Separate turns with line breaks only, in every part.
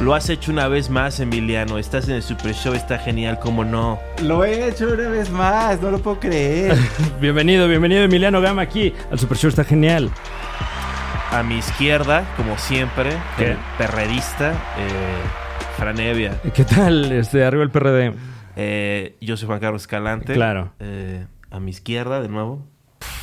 Lo has hecho una vez más, Emiliano. Estás en el Super Show, está genial, ¿cómo no?
Lo he hecho una vez más, no lo puedo creer.
Bienvenido, bienvenido Emiliano Gama aquí al Super Show está genial.
A mi izquierda, como siempre,
¿Qué?
el perredista, eh, Fran Evia.
¿Qué tal? Este, arriba el PRD.
Eh, yo soy Juan Carlos Escalante.
Claro.
Eh, a mi izquierda, de nuevo.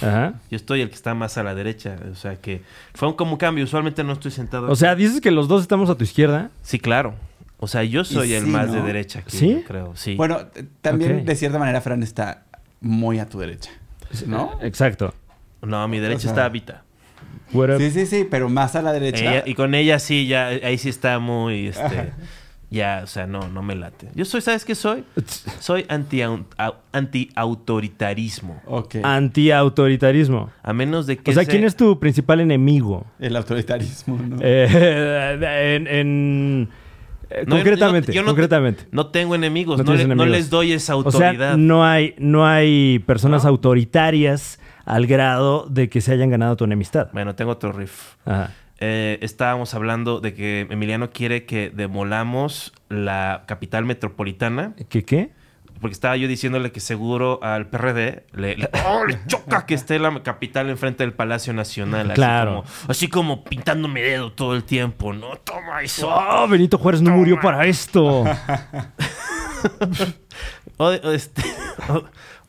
Ajá.
Yo estoy el que está más a la derecha. O sea que fue un como un cambio. Usualmente no estoy sentado.
O sea, dices que los dos estamos a tu izquierda.
sí, claro. O sea, yo soy
Y
el
sí,
más
¿no?
de derecha aquí,
¿Sí?
yo creo. Sí.
Bueno, t- también
Ok.
de cierta manera Fran está muy a tu derecha, ¿no?
Eh, Exacto.
no, a mi derecha
o sea-
está Vita.
What up?
Sí, sí, sí, pero más a la derecha.
Ella- y con ella sí, ya, ahí sí está muy, este, ya, o sea, no, no me late. Yo soy, ¿sabes qué soy? Soy anti- au- anti-autoritarismo.
Ok.
Ah, Antiautoritarismo.
a menos de que...
O sea,
se-
¿quién es tu principal enemigo?
El autoritarismo, ¿no?
Eh, en, en- eh,
No, yo no-
concretamente,
yo no- yo no-
concretamente.
No tengo enemigos,
No
no,
tienes
le- no
enemigos.
les doy esa
O sea,
autoridad.
no hay, no hay personas
¿No?
autoritarias al grado de que se hayan ganado tu enemistad.
Bueno, tengo otro riff.
Ajá.
Eh, estábamos hablando de que Emiliano quiere que demolamos la capital metropolitana.
¿Qué qué?
Porque estaba yo diciéndole que seguro al PRD le, le- ¡Oh, le choca que esté la capital enfrente del Palacio Nacional. Así
Claro.
Como, así como pintándome dedo todo el tiempo, ¿no? Toma eso.
¡Oh, Benito Juárez no murió para esto!
Odio, este, o-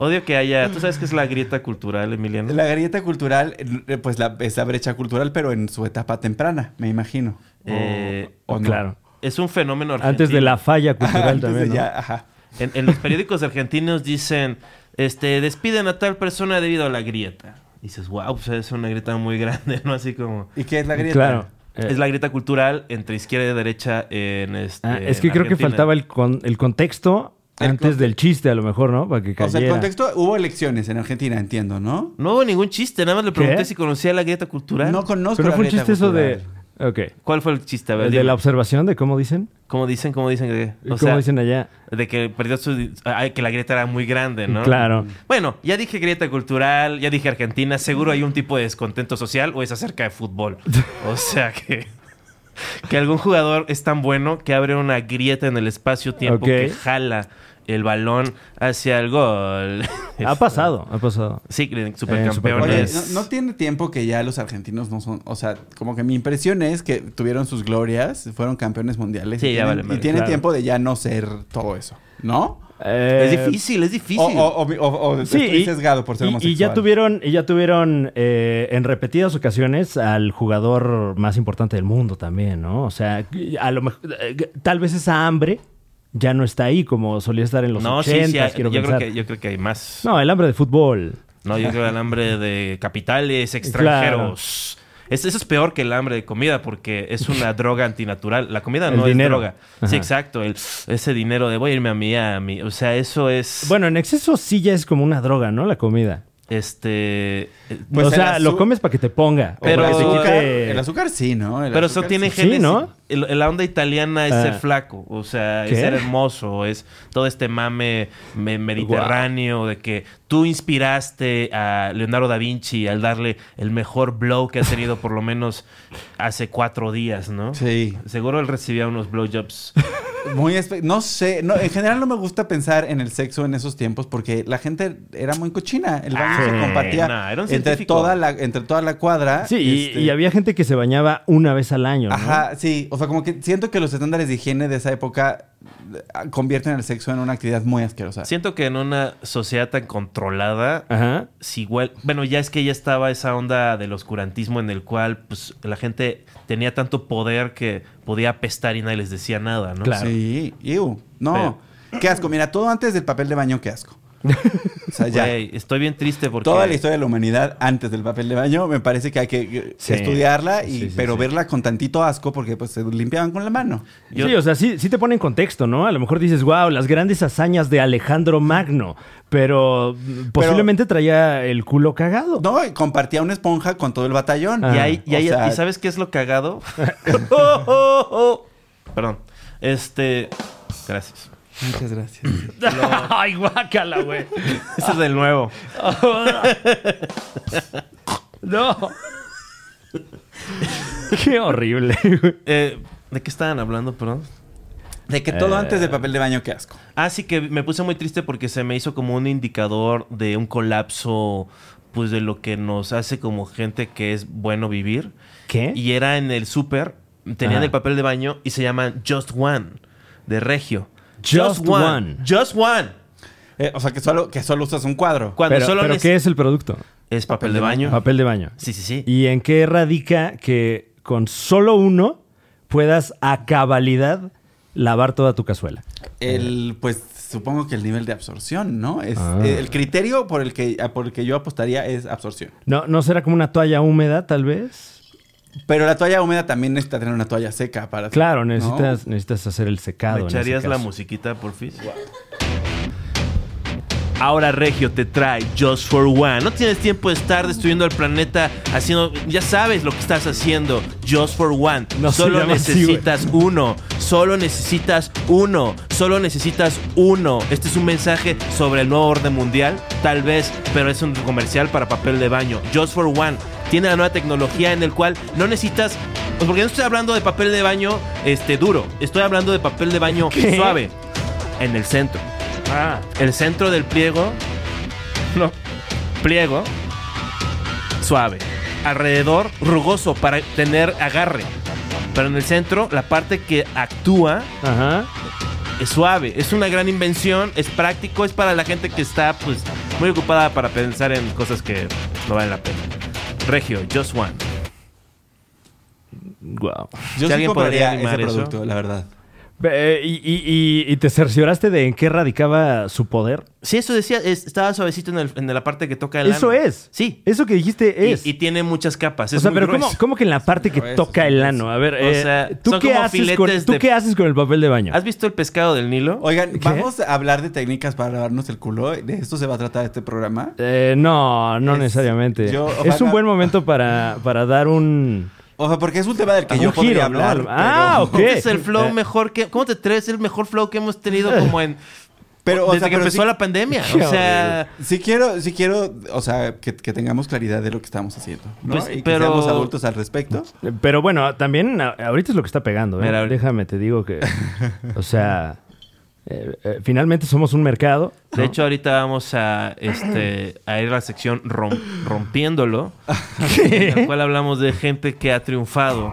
odio que haya... ¿Tú sabes qué es la grieta cultural, Emiliano?
La grieta cultural, eh, pues la, esa brecha cultural, pero en su etapa temprana, me imagino. O-
Eh,
o no.
Oh, Claro.
Es un fenómeno argentino.
Antes de la falla cultural
Ah, Antes
también.
de
¿no?
ya, ajá.
En, en los periódicos argentinos dicen, este, despiden a tal persona debido a la grieta. Y dices, wow, pues es una grieta muy grande, ¿no? Así como...
¿Y qué es la grieta?
Claro. Eh,
Es la grieta cultural entre izquierda y derecha en este.
ah, es que
en
creo que
Argentina.
faltaba el, con- el contexto
El
antes
con-
del chiste, a lo mejor, ¿no? Para que
O sea, el
cayera.
contexto, hubo elecciones en Argentina, entiendo, ¿no?
No hubo ningún chiste, nada más le pregunté
¿Qué?
si conocía la grieta cultural.
No conozco
Pero
la
fue un
grieta
chiste eso de...
cultural.
Ok.
¿Cuál fue el chiste? A ver,
El de
dime.
la observación, de cómo dicen.
¿Cómo dicen? ¿Cómo dicen? que- O
¿Cómo
sea,
dicen allá?
de que perdió su. ay, que la grieta era muy grande, ¿no?
Claro.
Bueno, ya dije grieta cultural, ya dije Argentina. Seguro hay un tipo de descontento social o es acerca de fútbol. O sea que. Que algún jugador es tan bueno que abre una grieta en el espacio-tiempo
Ok.
que jala el balón hacia el gol.
Ha Eh, pasado, ha pasado.
Sí, en
Oye,
supercampeones.
no, no tiene tiempo que ya los argentinos no son, o sea, como que mi impresión es que tuvieron sus glorias, fueron campeones mundiales
Sí,
y
ya
tienen,
vale madre,
y tienen
claro.
tiempo de ya no ser todo eso, ¿no?
Eh,
Es difícil, es
O,
difícil.
o, o- o- o
Sí,
estoy sesgado por ser
y-
homosexual.
Y ya tuvieron, y ya tuvieron eh, en repetidas ocasiones al jugador más importante del mundo también, ¿no? O sea, a lo mejor, eh, tal vez esa hambre ya no está ahí como solía estar en los
no, sí,
80
sí. hay-
quiero
yo, creo
pensar.
que, yo creo que hay más. No,
No, el hambre de fútbol.
yo creo que el hambre de capitales extranjeros. Es- eso es peor que el hambre de comida porque es una droga antinatural. La comida
El
no
dinero.
es droga.
Ajá.
Sí, exacto. el- ese dinero de voy a irme a Miami. O sea, eso es.
Bueno, en exceso sí ya es como una droga, ¿no? La comida.
Este. eh,
Pues
o
el
sea,
azu-
lo comes para que te ponga.
Pero-
Pero el
para que te
azúcar,
quite-
el azúcar sí, ¿no? El
Pero eso
azúcar
tiene
sí.
genes.
Sí, ¿no?
el- la onda italiana es
Ah.
ser flaco, o sea,
¿Qué?
es ser hermoso, es todo este mame me- mediterráneo de que tú inspiraste a Leonardo da Vinci al darle el mejor blow que ha tenido por lo menos hace cuatro días, ¿no?
Sí.
Seguro él recibía unos blowjobs.
Muy espe- no sé, no, en general no me gusta pensar en el sexo en esos tiempos porque la gente era muy cochina, el baño
Ah,
se
sí.
compartía
No, era un
entre
científico.
toda la entre toda la cuadra.
Sí, y,
este,
y había gente que se bañaba una vez al año, ¿no?
Ajá, sí. O sea, como que siento que los estándares de higiene de esa época eh, convierten el sexo en una actividad muy asquerosa.
Siento que en una sociedad tan controlada,
Ajá.
si igual, bueno, ya es que ya estaba esa onda del oscurantismo en el cual pues la gente tenía tanto poder que podía apestar y nadie les decía nada, ¿no?
Claro.
Sí, iu, no. Qué asco. Mira, todo antes del papel de baño, qué asco. O sea, Ah, ya.
Güey, estoy bien triste porque...
Toda la historia de la humanidad antes del papel de baño me parece que hay que
Sí.
estudiarla, y,
Sí, sí,
pero
sí.
verla con tantito asco porque pues se limpiaban con la mano.
Yo-
Sí, o sea, sí, sí te pone en contexto, ¿no? A lo mejor dices, wow, las grandes hazañas de Alejandro Magno, pero mm, posiblemente traía el culo cagado.
No, y compartía una esponja con todo el batallón.
Ah.
Y, ahí- y
O
ahí-
sea-
¿y ¿sabes qué es lo cagado? Oh, oh, oh. Perdón. Este. Gracias.
Muchas gracias.
Ay, guácala, güey.
Ese es del nuevo.
No. Qué horrible, güey.
Eh, ¿De qué estaban hablando, perdón?
De que
Eh.
todo antes del papel de baño, qué asco.
Ah, sí, que me puse muy triste porque se me hizo como un indicador de un colapso, pues de lo que nos hace como gente que es bueno vivir.
¿Qué?
Y era en el súper, tenían
¿Eh? Ajá.
el papel de baño y se llama Just One, de Regio.
Just One.
Just One.
Eh, o sea, que solo, que solo usas un cuadro.
Cuando
pero,
solo
pero
neces-
¿qué es el producto?
es papel de baño.
Papel de baño.
Sí, sí, sí.
¿Y en qué radica que con solo uno puedas a cabalidad lavar toda tu cazuela?
El, pues supongo que el nivel de absorción, ¿no? Es,
Eh. Ah.
eh, el criterio por el, que, a- por el que yo apostaría es absorción.
¿No, ¿No será como una toalla húmeda, tal vez?
Pero la toalla húmeda también necesita tener una toalla seca para...
Claro,
¿no?
necesitas, necesitas hacer el secado.
¿Me
en ese
echarías la
caso.
musiquita, porfis? Ahora Regio te trae Just for One. No tienes tiempo de estar destruyendo el planeta haciendo. Ya sabes lo que estás haciendo. Just for One.
No se
Solo
llama así, güey.
necesitas uno. Solo necesitas uno. Solo necesitas uno. Este es un mensaje sobre el nuevo orden mundial. Tal vez, pero es un comercial para papel de baño. Just for One. Tiene la nueva tecnología en el cual no necesitas. pues, Porque no estoy hablando de papel de baño este duro. Estoy hablando de papel de baño
¿Qué?
suave. En el centro.
Ah,
El centro del pliego. No. Pliego. Suave. Alrededor, rugoso para tener agarre. Pero en el centro, la parte que actúa
ajá.
es suave. Es una gran invención, es práctico, es para la gente que está pues muy ocupada para pensar en cosas que no valen la pena. Regio, Just One.
Wow.
Yo
Si
sí
alguien podría
compraría ese
animar eso.
producto, la verdad.
eh, ¿y, y- y- y te cercioraste de en qué radicaba su poder?
Sí, eso decía, es- estaba suavecito en, el- en la parte que toca el
Eso
ano.
es.
Sí.
Eso que dijiste
Y-
es.
Y, tiene muchas capas.
o
es
sea,
muy
pero ¿cómo,
grueso.
¿cómo que en la parte que
Pero eso
toca
es
el
grueso.
ano? A ver,
O
eh,
sea,
¿tú,
son
qué
como
haces con,
filetes
¿tú
de-
qué haces con el papel de baño?
¿Has visto el pescado del Nilo?
Oigan,
¿Qué?
vamos a hablar de técnicas para lavarnos el culo. De esto se va a tratar este programa.
Eh, no, no
Es-
necesariamente.
yo-
es un
ojalá-
buen momento para, para dar un...
O sea, porque es un tema del que
Un
yo podría
giro, ¿no?
hablar.
Ah,
pero-
ok.
¿Cómo es el flow
Eh.
mejor que... ¿Cómo te traes el mejor flow que hemos tenido como en...
Pero, o
desde
sea,
que
pero
empezó
sí-
la pandemia?
Qué
O sea...
Sí quiero, sí quiero, o sea, que, que tengamos claridad de lo que estamos haciendo, ¿no?
Pues,
y que
pero-
seamos adultos al respecto.
Eh, Pero bueno, también a- ahorita es lo que está pegando. ¿eh?
Mira, ahorita-
Déjame, te digo que... O sea, eh, eh, finalmente somos un mercado.
De hecho, ahorita vamos a, este, a ir a la sección rom- rompiéndolo, en la cual hablamos de gente que ha triunfado.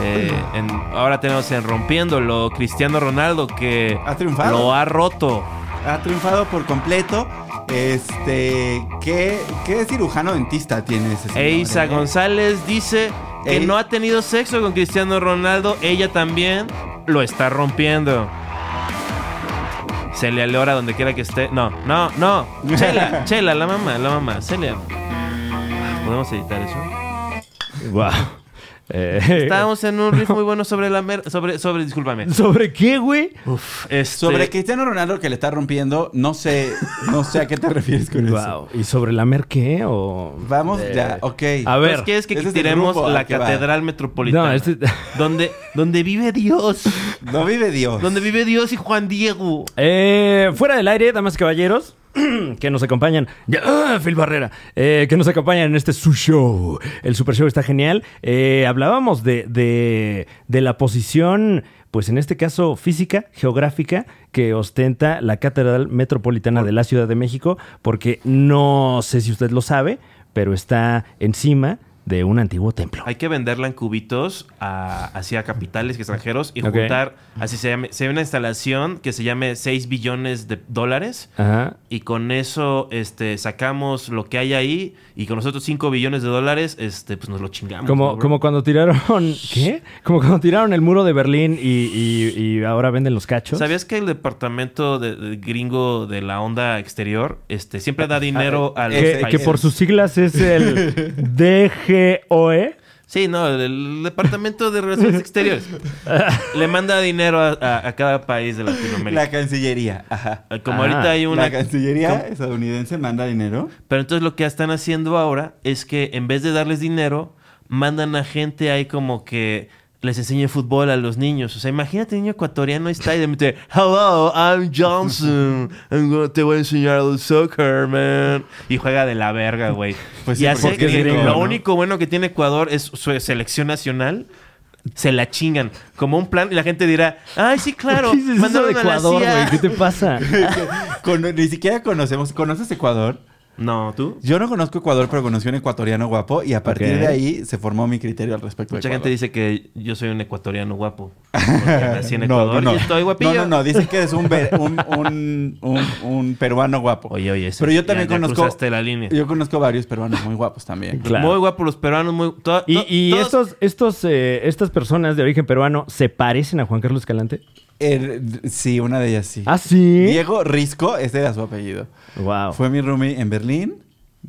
Eh, en- ahora tenemos en rompiéndolo Cristiano Ronaldo que
Ha triunfado.
lo ha roto.
Ha triunfado por completo. Este, ¿qué, qué cirujano dentista tiene ese señor?
Eiza
eh?
González dice que
Ey-
no ha tenido sexo con Cristiano Ronaldo. Ella también lo está rompiendo. Celia Leora, donde quiera que esté. No, no, no. Chela, Chela, la mamá, la mamá. Celia. ¿Podemos editar eso?
Wow. Eh,
Estábamos en un riff muy bueno sobre la mer... Sobre, sobre, discúlpame.
¿Sobre qué, güey?
Este,
Sobre Cristiano Ronaldo que le está rompiendo, no sé, no sé a qué te refieres con eso.
Wow. ¿Y sobre la mer qué? O...
Vamos
Eh,
ya, ok.
A ver.
Pues quieres que
Ese es el
tiremos
rumbo al
la
que va.
catedral metropolitana.
No, este-
donde, donde vive Dios.
No vive Dios.
Donde vive Dios y Juan Diego.
Eh, fuera del aire, damas y caballeros, que nos acompañan. Ya, ¡ah! Phil Barrera, eh, que nos acompañan en este su show. El super show está genial. Eh, hablábamos de, de, de la posición, pues en este caso física, geográfica, que ostenta la Catedral Metropolitana de la Ciudad de México, porque no sé si usted lo sabe, pero está encima de un antiguo templo.
Hay que venderla en cubitos a, hacia capitales extranjeros y
Ok.
juntar, así se llame, se llama una instalación que se llame 6 billones de dólares
Ajá.
y con eso este, sacamos lo que hay ahí y con los otros 5 billones de dólares este, pues nos lo chingamos. ¿no,
Como,
bro?
como cuando tiraron. ¿Qué? Como cuando tiraron el muro de Berlín y, y- y ahora venden los cachos.
¿Sabías que el departamento de, de gringo de la onda exterior este, siempre da dinero a los
Ah, eh, Que, que
países?
por sus siglas es el DGOE.
Sí, no, el, el departamento de relaciones exteriores le manda dinero a, a- a cada país de
La
Latinoamérica.
Cancillería. Ajá.
Como
Ah,
ahorita hay una
La Cancillería estadounidense manda dinero.
Pero entonces lo que están haciendo ahora es que en vez de darles dinero, mandan a gente ahí como que les enseñe fútbol a los niños. O sea, imagínate un niño ecuatoriano ahí está y de repente, hello, I'm Johnson, I'm gonna- te voy a enseñar el soccer, man. Y juega de la verga, güey.
Pues
y
sí,
hace
porque
que
es gringo,
lo
¿no?
único bueno que tiene Ecuador es su selección nacional. Se la chingan. Como un plan, y la gente dirá, ay, sí, claro,
¿Qué es eso
mandaron
de
a la
Ecuador,
CIA".
güey? ¿Qué te pasa?
Con- ni siquiera conocemos. ¿Conoces Ecuador?
No, ¿tú?
Yo no conozco Ecuador, pero conocí un ecuatoriano guapo y a partir
Ok.
de ahí se formó mi criterio al respecto. de
Mucha
Ecuador.
gente dice que yo soy un ecuatoriano guapo. Porque nací en Ecuador y estoy guapillo.
No, no, no. Dicen que es un, ver- un, un- un- un peruano guapo.
Oye, oye. ese-
Pero yo también
ya- ya
conozco-
cruzaste la línea.
Yo conozco varios peruanos muy guapos también.
Claro.
Muy guapo los peruanos, muy... to- to-
¿Y, y
todos-
estos, estos, eh, estas personas de origen peruano se parecen a Juan Carlos Escalante?
Eh, sí, una de ellas sí.
¿Ah, sí?
Diego Risco, ese era su apellido.
Ah.
Wow.
Fue mi roomie en Berlín.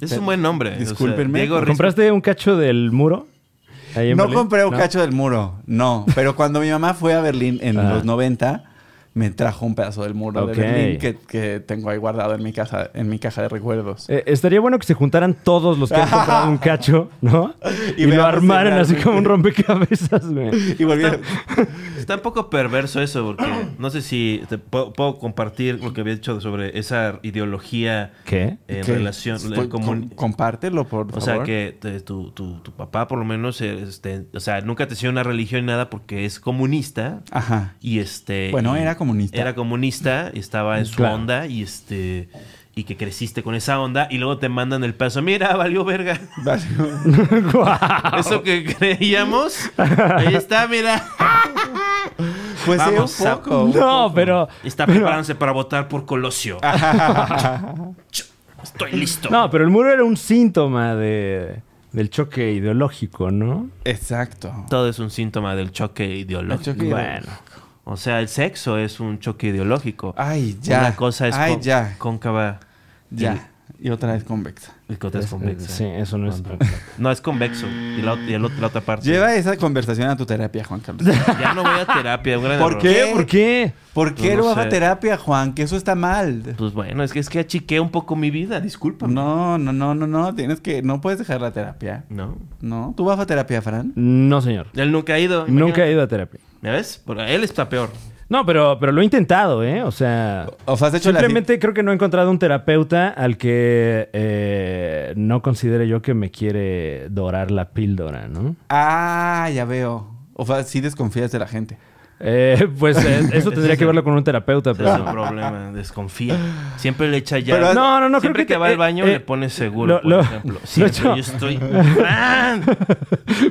Es un buen nombre. o sea,
Discúlpenme.
Diego Risco.
¿Compraste un cacho del muro? Ahí en
No
Berlín?
compré un
No.
cacho del muro, no. Pero cuando mi mamá fue a Berlín en
Ajá.
los 90, me trajo un pedazo del muro
Ok.
de Berlín que, que tengo ahí guardado en mi casa, en mi caja de recuerdos.
Eh, estaría bueno que se juntaran todos los que han comprado un cacho, ¿no?
Y
Y, lo
veamos
armaran
si
así
realmente-
como un rompecabezas, güey.
Y volvieron.
Está un poco perverso eso porque no sé si te puedo, puedo compartir lo que había dicho sobre esa ideología
¿Qué?
en
¿Qué?
relación...
Pues,
la comun-
com- compártelo, por favor.
O sea, que te- tu, tu- tu papá por lo menos, este, o sea, nunca te enseñó una religión ni nada porque es comunista.
Ajá.
Y este.
Bueno,
y
era comunista.
Era comunista, y estaba en su
Claro.
onda y este. Y que creciste con esa onda y luego te mandan el paso. Mira, valió verga.
Vale.
Guau.
Eso que creíamos. Ahí está, mira.
Pues
Vamos,
sí, un
sapo.
poco. un
No,
poco.
pero.
Está preparándose para votar por Colosio. Estoy listo.
No, pero el muro era un síntoma de, del choque ideológico, ¿no? eh,
Exacto.
Todo es un síntoma del choque ideológico.
El choque-
Bueno.
O sea, el sexo es un choque ideológico.
Ay, ya.
Una cosa es
Ay,
con-
ya.
cóncava. y-
Ya. Y otra vez convexa.
Y que otra es
eh,
convexa.
Sí, eso no es.
No, es convexo. Y la, ot- y el otro- la otra parte.
Lleva esa conversación a tu terapia, Juan Carlos.
Ya no voy a terapia. un gran
¿Por
error.
qué?
¿Por qué?
¿Por qué
No
no,
lo
vas
sé.
a terapia, Juan? Que eso está mal.
Pues bueno, es que es que achiqué un poco mi vida, discúlpame.
No, no, no, no, no. Tienes que. No puedes dejar la terapia.
No.
No. ¿Tú vas a terapia, Fran?
No, señor.
Él nunca ha ido.
Nunca he ido a terapia.
¿Me ves? Por- él está peor.
No, pero, pero lo he intentado, ¿eh? O sea.
O sea, has hecho la-
Simplemente creo que no he encontrado un terapeuta al que eh, no considere yo que me quiere dorar la píldora, ¿no?
Ah, ya veo. O sea, sí desconfías de la gente.
Eh, pues eh, eso tendría que verlo con un terapeuta,
Ese es un
pero...
problema. Desconfía. Siempre le echa ya.
Pero-
No, no, no, creo
Siempre que,
que te-
va al baño
eh,
le
eh,
pone seguro,
lo-
por
lo-
ejemplo.
lo he
Siempre
hecho.
yo estoy. ¡Fran!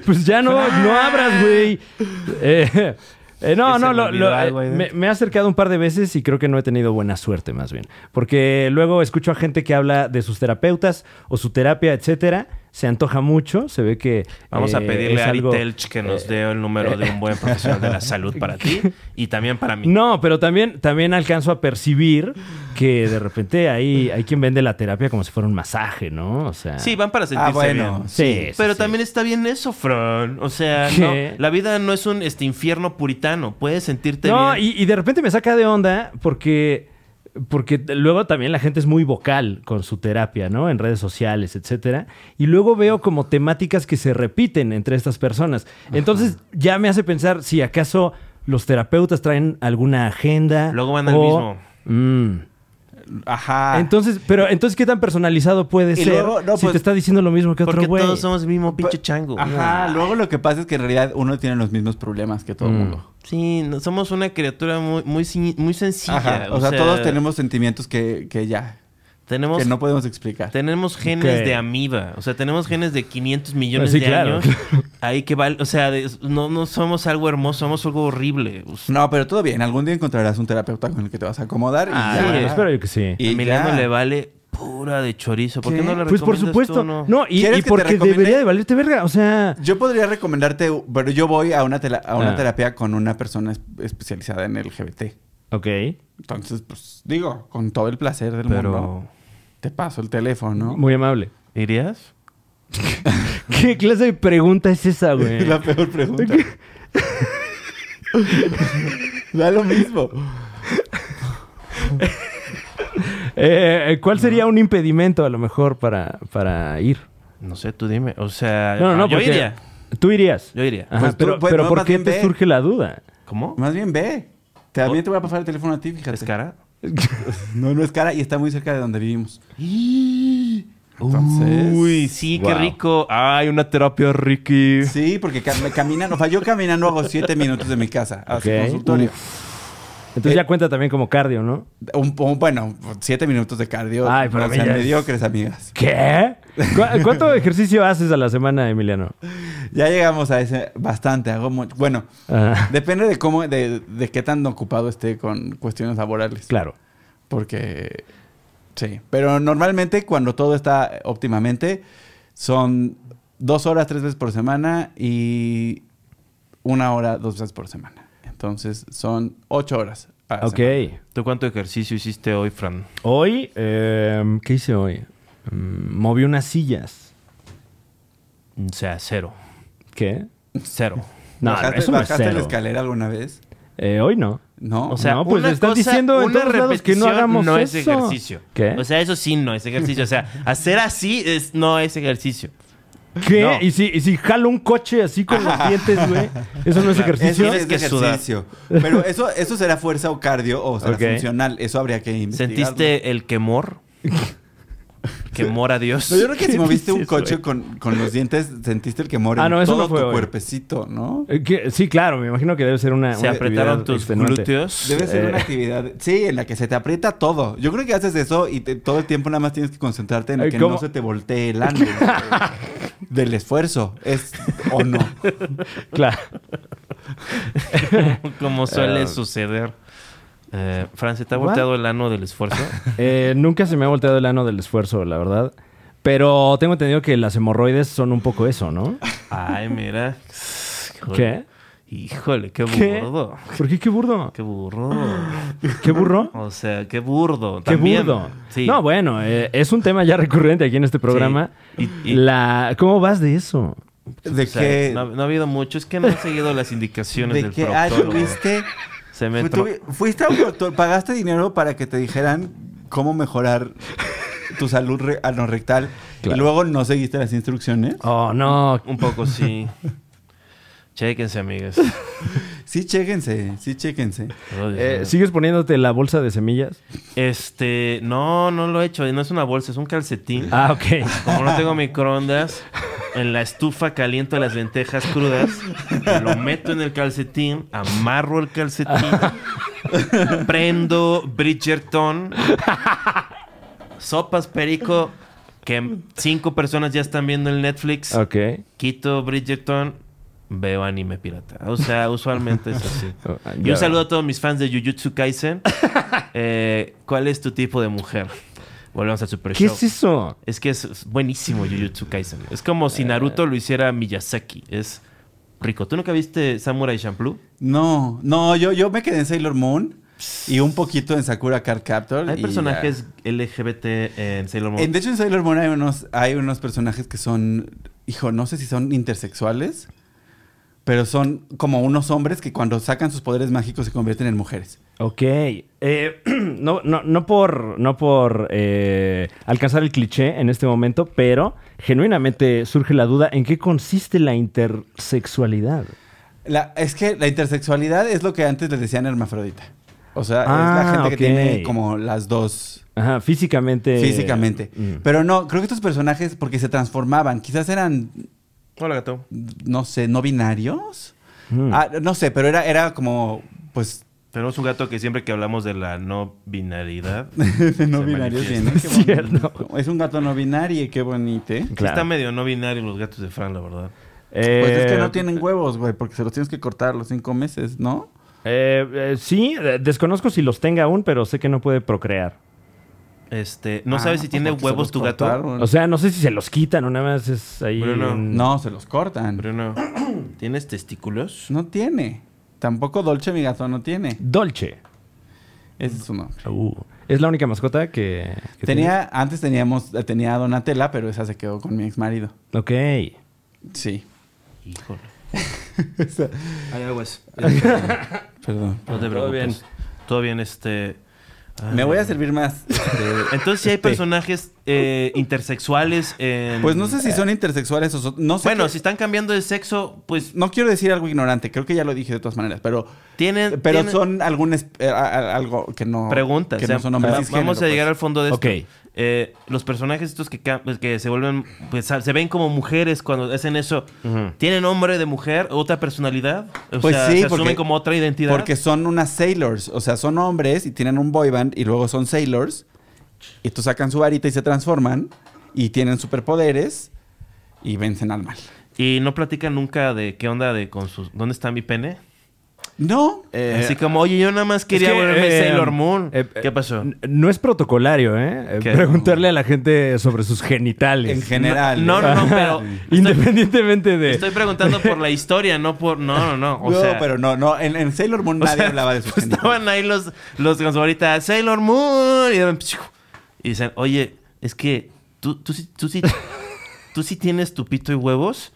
Pues ya no, no abras, güey. Eh, eh, no,
Que se
no,
le
lo-
olvidó
lo-
algo ahí
eh, me,
dentro.
me he acercado un par de veces y creo que no he tenido buena suerte, más bien. Porque luego escucho a gente que habla de sus terapeutas o su terapia, etcétera. Se antoja mucho, se ve que.
Vamos a
eh,
pedirle
es
a Ari
algo- eh,
Telch que nos dé el número de un buen profesional de la salud para ti y también para mí.
No, pero también, también alcanzo a percibir que de repente hay, hay quien vende la terapia como si fuera un masaje, ¿no? O sea.
Sí, van para sentirse
ah, bueno.
bien.
Sí, sí,
Pero
sí.
también está bien eso, Fran. O sea, no,
¿Qué?
la vida no es un este infierno puritano. Puedes sentirte
no,
bien.
y, y de repente me saca de onda porque, porque luego también la gente es muy vocal con su terapia, ¿no? En redes sociales, etcétera. Y luego veo como temáticas que se repiten entre estas personas. Entonces ya me hace pensar si acaso los terapeutas traen alguna agenda.
Luego van al
o-
mismo.
Mm.
Ajá.
Entonces, pero entonces qué tan personalizado puede
Ah. Y
ser
luego, no,
si
pues,
te está diciendo lo mismo que otro
Porque
güey.
todos somos el mismo pinche chango.
Ajá.
Ah.
Luego lo que pasa es que en realidad uno tiene los mismos problemas que todo el
Mm.
mundo.
Sí, no- somos una criatura muy, muy, sin- muy sencilla.
Ajá. O, sea, todos tenemos sentimientos que, que ya.
Tenemos,
que no podemos explicar.
tenemos genes
Ok.
de amiba. O sea, tenemos genes de 500 millones
Sí,
de
claro,
años. Ahí que vale. O sea, de- no, no somos algo hermoso, somos algo horrible. Pues, Us-
No, pero todo bien. Algún día encontrarás un terapeuta con el que te vas a acomodar. Y
Ah,
ya.
sí, espero yo que sí.
Y
a Milano
ya.
le vale pura de chorizo. ¿Por qué,
¿Qué?
no le
Pues por
recomiendas tú,
supuesto.
no?
no? y,
¿Quieres
y
que te
porque
recomiende?
debería de valerte verga. O sea,
Yo podría recomendarte, pero yo voy a una, tela- a una
Ah.
terapia con una persona es- especializada en LGBT.
ok.
Entonces, pues digo, con todo el placer del mundo.
Pero
Te paso el teléfono.
muy amable.
¿Irías?
¿Qué clase de pregunta es esa, güey?
la peor pregunta. da lo mismo.
Eh, ¿Cuál sería un impedimento a lo mejor para, para ir?
No sé, tú dime. O sea,
ah,
No, no, no,
yo
porque
iría.
tú irías.
Yo iría.
Ajá,
Pues tú,
pero,
pues,
pero
no,
¿por
más
qué
bien
te
ve.
surge la duda?
¿Cómo?
Más bien ve.
Oh.
También te voy a pasar el teléfono a ti,
¿Es
fíjate.
cara?
No, no es cara y está muy cerca de donde vivimos. Entonces-
Uy, sí, qué
Wow.
rico. Ay, una terapia Ricky.
Sí, porque cam- caminando, o sea, yo caminando hago siete minutos de mi casa a su
Ok.
consultorio.
Entonces
Eh.
ya cuenta también como cardio, ¿no?
Un, un- bueno, siete minutos de cardio.
Ay, pero
o sea,
ya es-
mediocres, amigas.
¿Qué? ¿Cu- ¿Cuánto ejercicio haces a la semana, Emiliano?
Ya llegamos a ese bastante. Hago mucho. Bueno,
Ah,
depende de cómo, de, de qué tan ocupado esté con cuestiones laborales.
claro.
Porque. Sí. Pero normalmente, cuando todo está óptimamente, son dos horas tres veces por semana y una hora dos veces por semana. Entonces, son ocho horas. a la
Ok.
semana.
¿Tú cuánto ejercicio hiciste hoy, Fran?
Hoy, eh, ¿qué hice hoy? Mm, moví unas sillas.
O sea, cero.
¿Qué?
Cero.
No,
¿Bajaste,
eso no es
bajaste la
cero.
escalera alguna vez?
Eh, hoy no.
No.
O sea,
No, pues
una
están
cosa-
diciendo en
una
todos lados que no
repetición
hagamos
no es
eso.
ejercicio.
¿Qué?
O sea, eso sí no es ejercicio. O sea, hacer así es, no es ejercicio.
¿Qué?
No.
¿Y, si, y si jalo un coche así con los dientes, güey. Eso no es
Claro,
ejercicio.
Tienes
de
que sudar.
Pero eso, eso será fuerza o cardio o será
Ok.
funcional. Eso habría que investigar.
¿Sentiste el quemor? Quemor a Dios.
No, yo creo que si moviste un
dices,
coche
güey?
con, con los dientes, sentiste el quemor
Ah,
en
no, eso
todo
no fue
tu
hoy.
cuerpecito, ¿no?
Eh, ¿qué? Sí, claro, me imagino que este, debe ser una.
Se
una
apretaron
actividad
tus
extenuante.
glúteos.
Debe ser
Eh.
una actividad, sí, en la que se te aprieta todo. Yo creo que haces eso y te- todo el tiempo nada más tienes que concentrarte en
Ay,
que
¿cómo?
no se te voltee el ano del esfuerzo, es o no.
Claro.
Como suele
Eh,
suceder. Eh, Fran, ¿se te ha
¿What?
volteado el ano del esfuerzo?
Eh, nunca se me ha volteado el ano del esfuerzo, la verdad. Pero tengo entendido que las hemorroides son un poco eso, ¿no?
Ay, mira. Híjole.
¿Qué?
Híjole, qué
¿Qué?
burdo.
¿Por qué qué burdo?
Qué burdo.
¿Qué burro?
O sea, qué burdo.
Qué
también.
burdo.
Sí.
No, bueno, eh, es un tema ya recurrente aquí en este programa.
Sí. Y- y-
La, ¿Cómo vas de eso?
De
O sea,
que,
no, no ha habido mucho. Es que no he seguido las indicaciones
de
del
que ah,
proctólogo.
tuviste,
Se me
fu-
tro-
tuvi- fuiste a un doctor, pagaste dinero para que te dijeran cómo mejorar tu salud re- anorrectal
Claro.
y luego no seguiste las instrucciones.
Ah.
Oh, no.
Un poco sí. Chéquense, amigas.
Sí, chéquense, sí, chéquense.
Oh, Dios
Eh,
mío.
¿Sigues poniéndote la bolsa de semillas?
Este, no, no lo he hecho. No es una bolsa, es un calcetín.
Ah, ok.
Como no tengo microondas, en la estufa caliento las lentejas crudas, lo meto en el calcetín, amarro el calcetín, prendo Bridgerton, sopas perico, que cinco personas ya están viendo en Netflix,
Ok.
quito Bridgerton, veo anime pirata. O sea, usualmente es así.
Oh, ah,
Yo
ya.
saludo a todos mis fans de Jujutsu Kaisen. Eh, ¿Cuál es tu tipo de mujer? Volvemos al Super
¿Qué
Show.
es eso?
Es que es- es buenísimo Jujutsu Kaisen. Es como si Naruto
Eh.
lo hiciera Miyazaki. Es rico. ¿Tú nunca viste Samurai Champloo?
No, no, yo, yo me quedé en Sailor Moon y un poquito en Sakura Card Captor.
Hay
y
personajes LGBT en Sailor
ya.
Moon.
En- de hecho, en Sailor Moon hay unos, hay unos personajes que son, hijo, no sé si son intersexuales, pero son como unos hombres que cuando sacan sus poderes mágicos se convierten en mujeres.
Ok. Eh, no, no, no por, no por eh, alcanzar el cliché en este momento, pero genuinamente surge la duda en qué consiste la intersexualidad.
La- es que la intersexualidad es lo que antes les decían hermafrodita. O sea, es
Ah,
la gente
ok.
que tiene como las dos
Ajá, físicamente.
físicamente.
Mm.
Pero no, creo que estos personajes, porque se transformaban, quizás eran
Hola, gato.
no sé, no binarios.
Mm.
Ah, no sé, pero era, era como, pues,
Tenemos un gato que siempre que hablamos de la no binaridad.
no
se
binario
manifiesta.
tiene. qué
Cierto.
bonito. Es un gato no binario, qué bonito. ¿eh?
Sí Está medio no binario los gatos de Fran, la verdad.
Pues es que
Eh,
no tienen huevos, güey, porque se los tienes que cortar los cinco meses, ¿no?
eh, eh, sí, eh, desconozco si los tenga aún, pero sé que no puede procrear.
Este, ¿no
Ah,
sabes si
pues
tiene
porque se
huevos
los
tu gato?
cortaron.
O sea, no sé si se los quitan o nada más es ahí.
Bruno.
en-
no, se los cortan.
Bruno, ¿tienes testículos?
No tiene. Tampoco Dolce, mi gato, no tiene.
Dolce.
Ese es su nombre.
Uh, es la única mascota que, que
Tenía, antes teníamos, eh, tenía a Donatella, pero esa se quedó con mi ex marido.
tiene. Ok.
Sí.
Híjole. Hay algo es.
Perdón.
No te preocupes.
Todo
Todo
bien.
bien. este. ay.
Ah, Me voy a servir más. este,
Entonces, si hay
Té.
personajes eh, intersexuales en.
Pues no sé si son intersexuales o so- no sé.
Bueno,
qué-
si están cambiando de sexo, pues
no quiero decir algo ignorante, creo que ya lo dije de todas maneras, pero
tienen.
pero
tienen-
son algunas eh, a- a- algo que no
preguntas.
que
o sea,
no son hombres
va-
cisgénero,
vamos a
pues.
llegar al fondo de esto.
Ok.
Eh, los personajes estos que, ca- pues, que se vuelven, pues a- se ven como mujeres cuando hacen eso,
Ujú.
¿tienen nombre de mujer, otra personalidad? O
Pues
sea,
sí,
se asumen
porque-
como otra identidad.
Porque son unas sailors, o sea, son hombres y tienen un boy band y luego son sailors. Y tú sacan su varita y se transforman y tienen superpoderes y vencen al mal.
Y no platican nunca de qué onda de con sus. ¿Dónde está mi pene?
No,
Eh,
Así como, oye, yo nada más quería
Es que,
volverme
eh,
Sailor Moon.
eh,
¿Qué pasó?
N- No es protocolario, ¿eh? Eh,
¿Qué?
Preguntarle a la gente sobre sus genitales.
en general. ¿eh?
No, no, no,
Ajá.
pero.
Independientemente de.
Estoy preguntando por la historia, no por. No, no, no. O
No,
sea,
pero no, no, en, en Sailor Moon nadie
sea, pues,
hablaba de sus genitales.
Estaban ahí los, los con su ahorita, Sailor Moon. Y, eran, psiu. y dicen, oye, es que tú, tú, sí- tú, sí, tú sí tienes tu pito y huevos.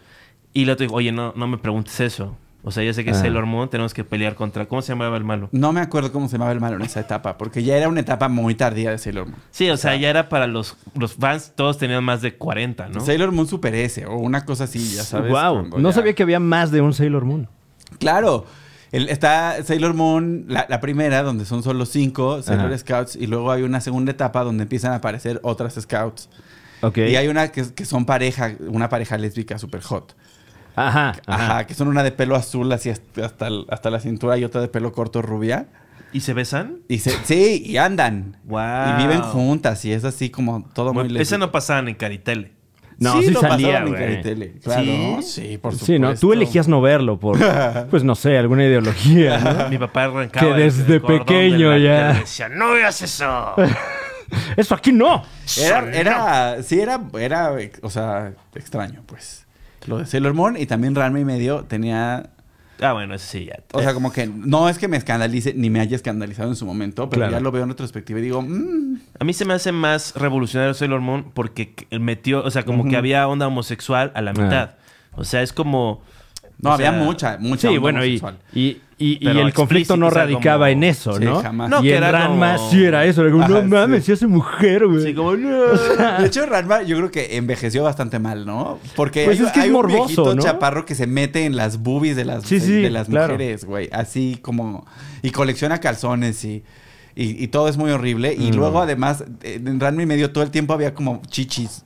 Y le digo, oye, no, no me preguntes eso. O sea, yo sé que es
Ah.
Sailor Moon tenemos que pelear contra. ¿Cómo se llamaba el malo?
No me acuerdo cómo se llamaba el malo en esa etapa, porque ya era una etapa muy tardía de Sailor Moon.
Sí, o sea, ya era para los, los fans, todos tenían más de 40, ¿no?
Sailor Moon Super S o una cosa así, ya sabes.
wow.
cuando
No
ya-
sabía que había más de un Sailor Moon.
Claro. El- está Sailor Moon, la, la primera, donde son solo cinco Sailor
Ajá.
Scouts, y luego hay una segunda etapa donde empiezan a aparecer otras Scouts.
Ok.
Y hay una que, que son pareja, una pareja lésbica super hot.
Ajá.
Ajá, que son una de pelo azul así hasta, hasta el- hasta la cintura y otra de pelo corto rubia.
¿Y se besan?
Y se- sí, y andan.
Wow.
Y viven juntas, y es así como todo muy
Bueno,
lésbico.
esa no pasaban en Caritele.
No, sí,
lo
salía,
pasaban en
güey.
Caritele, Claro,
¿Sí?
¿Sí? por supuesto.
Sí, ¿no? Tú elegías no verlo por, pues no sé, alguna ideología, ¿no?
Mi papá arrancaba.
Que
el-
desde
el cordón
pequeño
de la-
ya.
y decía, no veas eso.
¡Eso aquí no!
Era, era, sí, era, era, ex- o sea, extraño, pues. Lo de Sailor Moon y también Ranma y medio tenía,
Ah, bueno, eso sí, ya.
o sea, como que no es que me escandalice ni me haya escandalizado en su momento, pero
Claro.
ya lo veo en retrospectiva y digo, mmm,
A mí se me hace más revolucionario Sailor Moon porque c- metió, o sea, como que
Ujú.
había onda homosexual
Ah.
a la mitad. O sea, es como.
no,
o
había
sea,
mucha, mucha.
Sí,
onda
bueno, y,
homosexual.
y, y- y
Pero
el conflicto no
explícito, o sea,
radicaba
como-
en eso,
Sí,
¿no?
jamás.
No,
y
que
en
era
Ranma
como-
sí era eso. era como,
Ajá,
no
sí.
mames, si hace mujer, güey.
Sí, como.
De hecho, Ranma yo creo que envejeció bastante mal, ¿no? Porque
Pues
hay,
es que es
hay un
morboso,
viejito
¿no?
chaparro que se mete en las boobies de las,
Sí, sí,
de las
claro.
mujeres, güey. Así como... Y colecciona calzones y... Y, y todo es muy horrible. Y
Mm.
luego, además, eh, en Ranma y medio todo el tiempo había como chichis.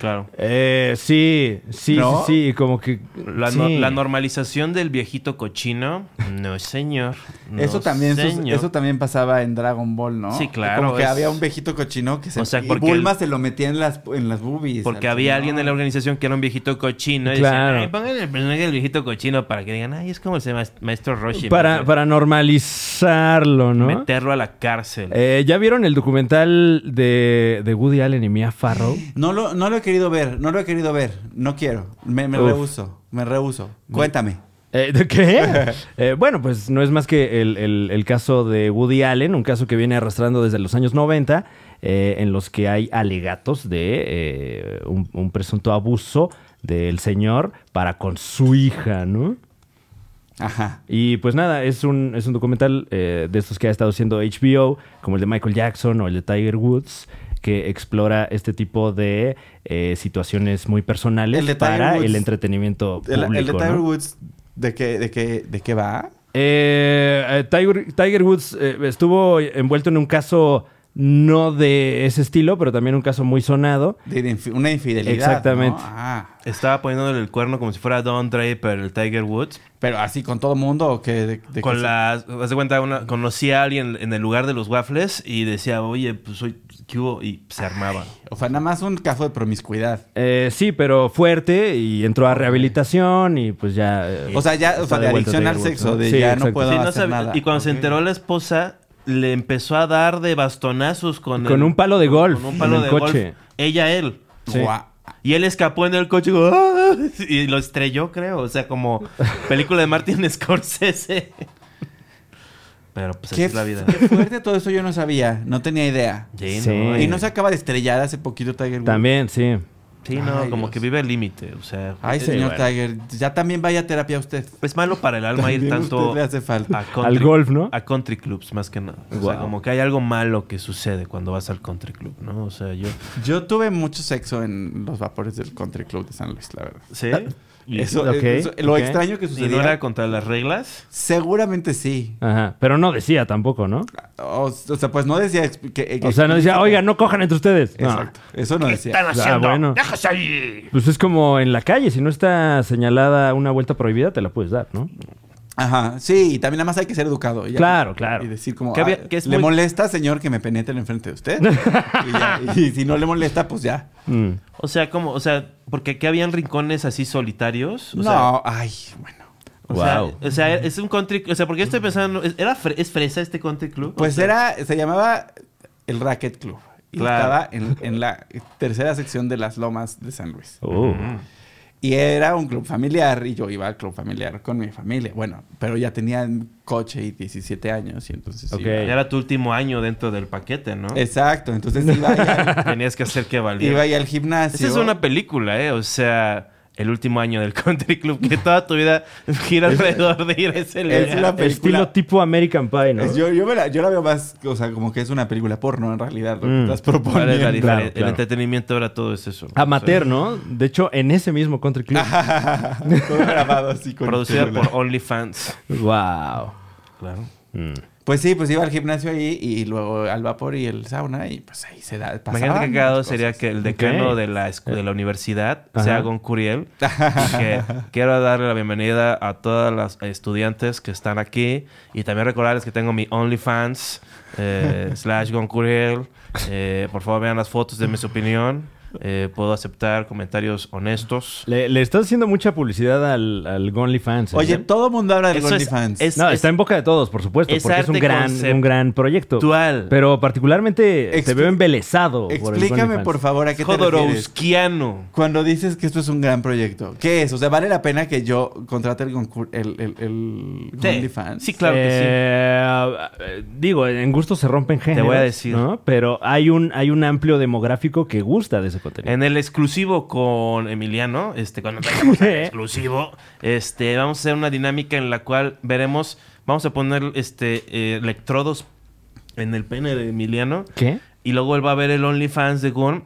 Claro.
Eh, sí, sí,
¿No?
sí, sí, como que...
La,
sí.
no- la normalización del viejito cochino. No, señor. No,
eso, también sus-
señor.
eso también pasaba en Dragon Ball, ¿no?
Sí, claro,
Como que
es-
había un viejito cochino que se...
O sea,
y
porque
Bulma
el-
se lo metía en las, en las boobies.
Porque
al
había
señor.
alguien en la organización que era un viejito cochino. Y
Claro.
decían, "Ay, pongan el personaje del viejito cochino para que digan, ay, es como el maes- maestro Roshi.
Para,
¿no?
para normalizarlo, ¿no?
meterlo a la cárcel.
Eh, ¿Ya vieron el documental de, de Woody Allen y Mia Farrow?
No lo, no lo he querido ver, no lo he querido ver. No quiero. Me, me
Uf.
rehuso, me rehuso. Cuéntame.
Eh, ¿De qué? Eh, bueno, pues no es más que el, el- el caso de Woody Allen, un caso que viene arrastrando desde los años 90, eh, en los que hay alegatos de eh, un, un presunto abuso del señor para con su hija, ¿no?
Ajá.
Y pues nada, es un, es un documental eh, de estos que ha estado haciendo HBO, como el de Michael Jackson o el de Tiger Woods, que explora este tipo de eh, situaciones muy personales
El de Tiger
para
Woods-
el entretenimiento
El,
público.
el de Tiger
¿no?
Woods, ¿de qué, de, qué, ¿de qué va?
Eh, eh, Tiger, Tiger Woods eh, estuvo envuelto en un caso no de ese estilo, pero también un caso muy sonado.
De- de infi- una infidelidad.
Exactamente.
¿no? Ah,
Estaba poniéndole el cuerno como si fuera Don Draper, el Tiger Woods.
pero así con todo mundo o que de- de-
con
que-
las haz de cuenta una- conocí a alguien en el lugar de los waffles y decía oye pues soy ¿qué hubo?", y se armaba
O sea, nada más un caso de promiscuidad.
Eh, sí, pero fuerte y entró a rehabilitación y pues ya... eh,
O sea, ya, o
Está
sea,
de
de
vuelta
adicción al
Tiger Woods,
sexo,
¿no?
de
Sí,
ya
exacto.
no puedo
Sí, no
hacer
sabe-
nada.
y cuando se enteró la esposa le empezó a dar de bastonazos con
Con
el-
un palo de golf
con un palo
en el
de
coche.
golf ella él
Sí.
Guau.
y él escapó en el coche y, "Ah", y lo estrelló creo o sea como película de Martin Scorsese pero pues así
Qué,
es la vida
qué fuerte todo eso yo no sabía, no tenía idea.
sí,
Sí.
no,
Y no se acaba de estrellar hace poquito Tiger Woods.
También, sí.
sí, no,
Ay,
como
Dios.
que vive el límite o sea
Ay,
eh,
señor
bueno.
Tiger, ya también vaya a terapia usted.
Es malo para el alma ir
También
tanto
usted le hace falta.
a country,
Al golf, ¿no?
a country clubs, más que nada. O sea,
Guau.
como que hay algo malo que sucede cuando vas al country club, ¿no? O sea, yo...
Yo tuve mucho sexo en los vapores del Country Club de San Luis, la verdad.
¿Sí? Y-
Eso, eh,
ok,
eso- lo
ok.
extraño que
¿Y no
sucedió.
era contra las reglas?
Seguramente sí.
Ajá. Pero no decía tampoco, ¿no?
O, o sea, pues no decía exp- que, que-
O sea, no decía, oigan, no cojan entre ustedes. No.
Exacto. Eso no decía.
Ah, bueno. Pues es como en la calle, si no está señalada una vuelta prohibida, te la puedes dar, ¿no?
Ajá. Sí, y también nada más hay que ser educado. y ya.
Claro, claro.
Y decir como,
Que había-
"Ah,
que es
¿le
muy-
molesta, señor, que me penetren enfrente de usted? y, ya, y si no le molesta, pues ya.
Mm.
O sea, como... O sea, porque aquí habían rincones así solitarios. O
no,
sea,
ay, bueno.
o sea,
Wow.
o sea, es un country... O sea, porque estoy pensando... ¿es- ¿Era fre- ¿Es fresa este country club?
Pues
O sea,
era, se llamaba el Racket Club. Y
Claro.
estaba en, en la tercera sección de las lomas de San Luis.
Oh.
Y era un club familiar y yo iba al club familiar con mi familia. Bueno, pero ya tenía coche y 17 años y entonces
Ok.
iba-
Ya era tu último año dentro del paquete, ¿no?
Exacto, entonces iba ahí al,
Tenías que hacer que valiera.
iba ahí al gimnasio.
Esa es una película, ¿eh? O sea, el último año del country club, que toda tu vida gira alrededor de ir a ese lugar.
es una película.
Estilo tipo American Pie, ¿no?
Es- yo, yo, me la, yo la veo más, o sea, como que es una película porno en realidad, lo que
Mm.
estás
¿Cuál es la
proponiendo.
diferencia?
Claro, claro.
El entretenimiento ahora todo es eso.
Amateur,
O
¿no?
sea,
De hecho, en ese mismo country club.
Todo grabado así con
Producida
celular.
por OnlyFans.
wow.
Claro.
Mm.
Pues sí, pues iba al gimnasio ahí y luego al vapor y el sauna y pues ahí se da.
Imagínate
pasaban
que cagado
muchas
sería
cosas.
que el decano
Ok. Eh.
de, la, escu- de la universidad
Ajá.
sea Gon Curiel. y que quiero darle la bienvenida a todas las estudiantes que están aquí. Y también recordarles que tengo mi OnlyFans, eh, slash Gon Curiel. Eh, por favor, vean las fotos de mi opinión. Eh, puedo aceptar comentarios honestos.
Le, le estás haciendo mucha publicidad al, al GonlyFans. ¿eh?
Oye, todo mundo habla de
Eso es-
OnlyFans.
es-
no, está en boca de todos, por supuesto,
es
porque es un
arte
gran,
conceptual.
un gran proyecto.
Dual.
Pero particularmente te
Expli-
veo embelesado. por el
Explícame,
OnlyFans.
por favor, a qué te refieres.
Jodorowskiano.
Cuando dices que esto es un gran proyecto, ¿qué es? O sea, ¿vale la pena que yo contrate el, concur- el, el, el
Sí.
OnlyFans?
Sí, claro que sí.
Eh, digo, en gusto se rompen géneros.
voy a decir.
¿no? Pero hay un, hay un amplio demográfico que gusta de ese contenido.
En el exclusivo con Emiliano, este, cuando tengamos el exclusivo, este, vamos a hacer una dinámica en la cual veremos, vamos a poner este eh, electrodos en el pene de Emiliano
¿Qué?
y luego él va a ver el OnlyFans de Gon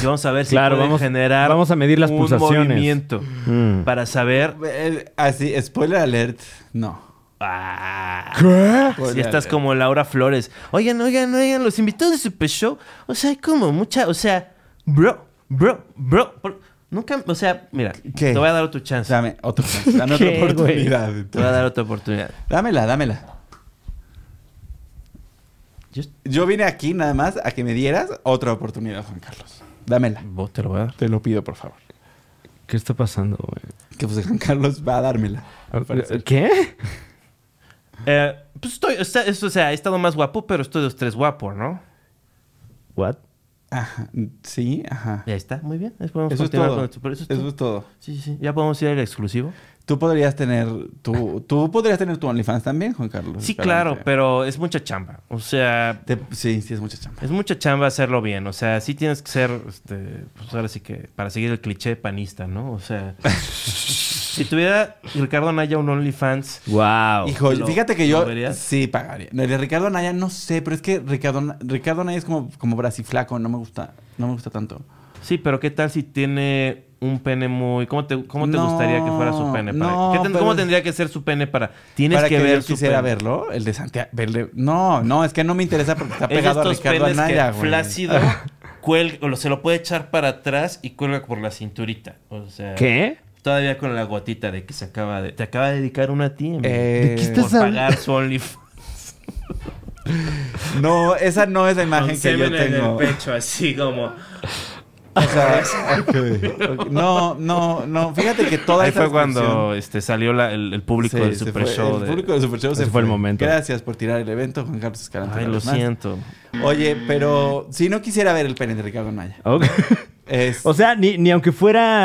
y vamos a ver si
Claro,
puede
vamos-
generar
vamos a medir las
un
pulsaciones.
movimiento
Mm.
para saber
El- así, spoiler alert, no.
ah,
Spoiler
Si estás
alert.
como Laura Flores. Oigan, oigan, oigan, los invitados de Super Show. O sea, hay como mucha. O sea, bro, bro, bro. por- nunca. O sea, mira,
¿Qué?
te voy a dar otra chance.
Dame otra, dame otra
¿Qué, güey?
oportunidad.
Te voy a dar otra oportunidad.
Dámela, dámela.
Yo
Yo vine aquí nada más a que me dieras otra oportunidad, Juan Carlos. Dámela.
vos te lo voy a dar.
Te lo pido, por favor.
¿Qué está pasando, güey?
Que pues Juan Carlos va a dármela. al parecer.
¿Qué?
Eh, pues estoy. O sea, es- o sea, he estado más guapo, pero estoy dos, tres guapo, ¿no?
What?
Ajá. Sí, ajá.
Y ahí está, muy bien. Ahí podemos
Eso es
continuar
todo.
con el Super- Eso es
Eso
todo.
es todo.
Sí, sí, sí. Ya podemos ir al exclusivo.
Tú podrías tener tu, tú podrías tener tu OnlyFans también, Juan Carlos.
Sí,
Espérame
claro,
que-
pero es mucha chamba. O sea,
Te- sí, sí es mucha chamba.
Es mucha chamba hacerlo bien, o sea, sí tienes que ser, este, pues ahora sí que, para seguir el cliché panista, ¿no? O sea, si tuviera Ricardo Anaya un OnlyFans,
Wow.
Hijo,
Ah, ¿Lo-
fíjate que yo
lo verías?
sí pagaría. No, de Ricardo Anaya no sé, pero es que Ricardo, Ana- Ricardo Anaya es como, como brasiflaco, no me gusta, no me gusta tanto.
sí, pero ¿qué tal si tiene un pene muy. ¿Cómo te, cómo te
No,
gustaría que fuera su pene? para-
no,
¿Qué ten-
pero-
¿Cómo tendría que ser su pene para.? Tienes
para
que,
que,
ver
yo
su
quisiera
pene.
verlo, el de Santiago. el de- No, no, es que no me interesa porque está
Es de
pegado a
estos
Ricardo
penes
Anaya,
que
güey.
flácido cuelga, o lo- se lo puede echar para atrás y cuelga por la cinturita. O sea.
¿Qué?
Todavía con la guatita de que se acaba de. Te acaba de dedicar una a ti, amigo.
¿De
Eh,
qué
por
estás hablando?
pagar su OnlyFans.
No, esa no es la imagen
Con
que yo
semen en el
tengo.
pecho, así como.
O sea, ok, ok. No, no, no. Fíjate que toda
Ahí
esa
fue
discusión-
cuando este, salió la- el, el público
Sí,
del
se
Super
fue-
Show.
El
de-
público del Super Show se
Ese fue el momento.
Gracias por tirar el evento, Juan Carlos Escalante.
Ay,
una
lo
vez más.
siento.
Oye, pero si no quisiera ver el pene de Ricardo Anaya.
Ok.
Es-
O sea, ni, ni aunque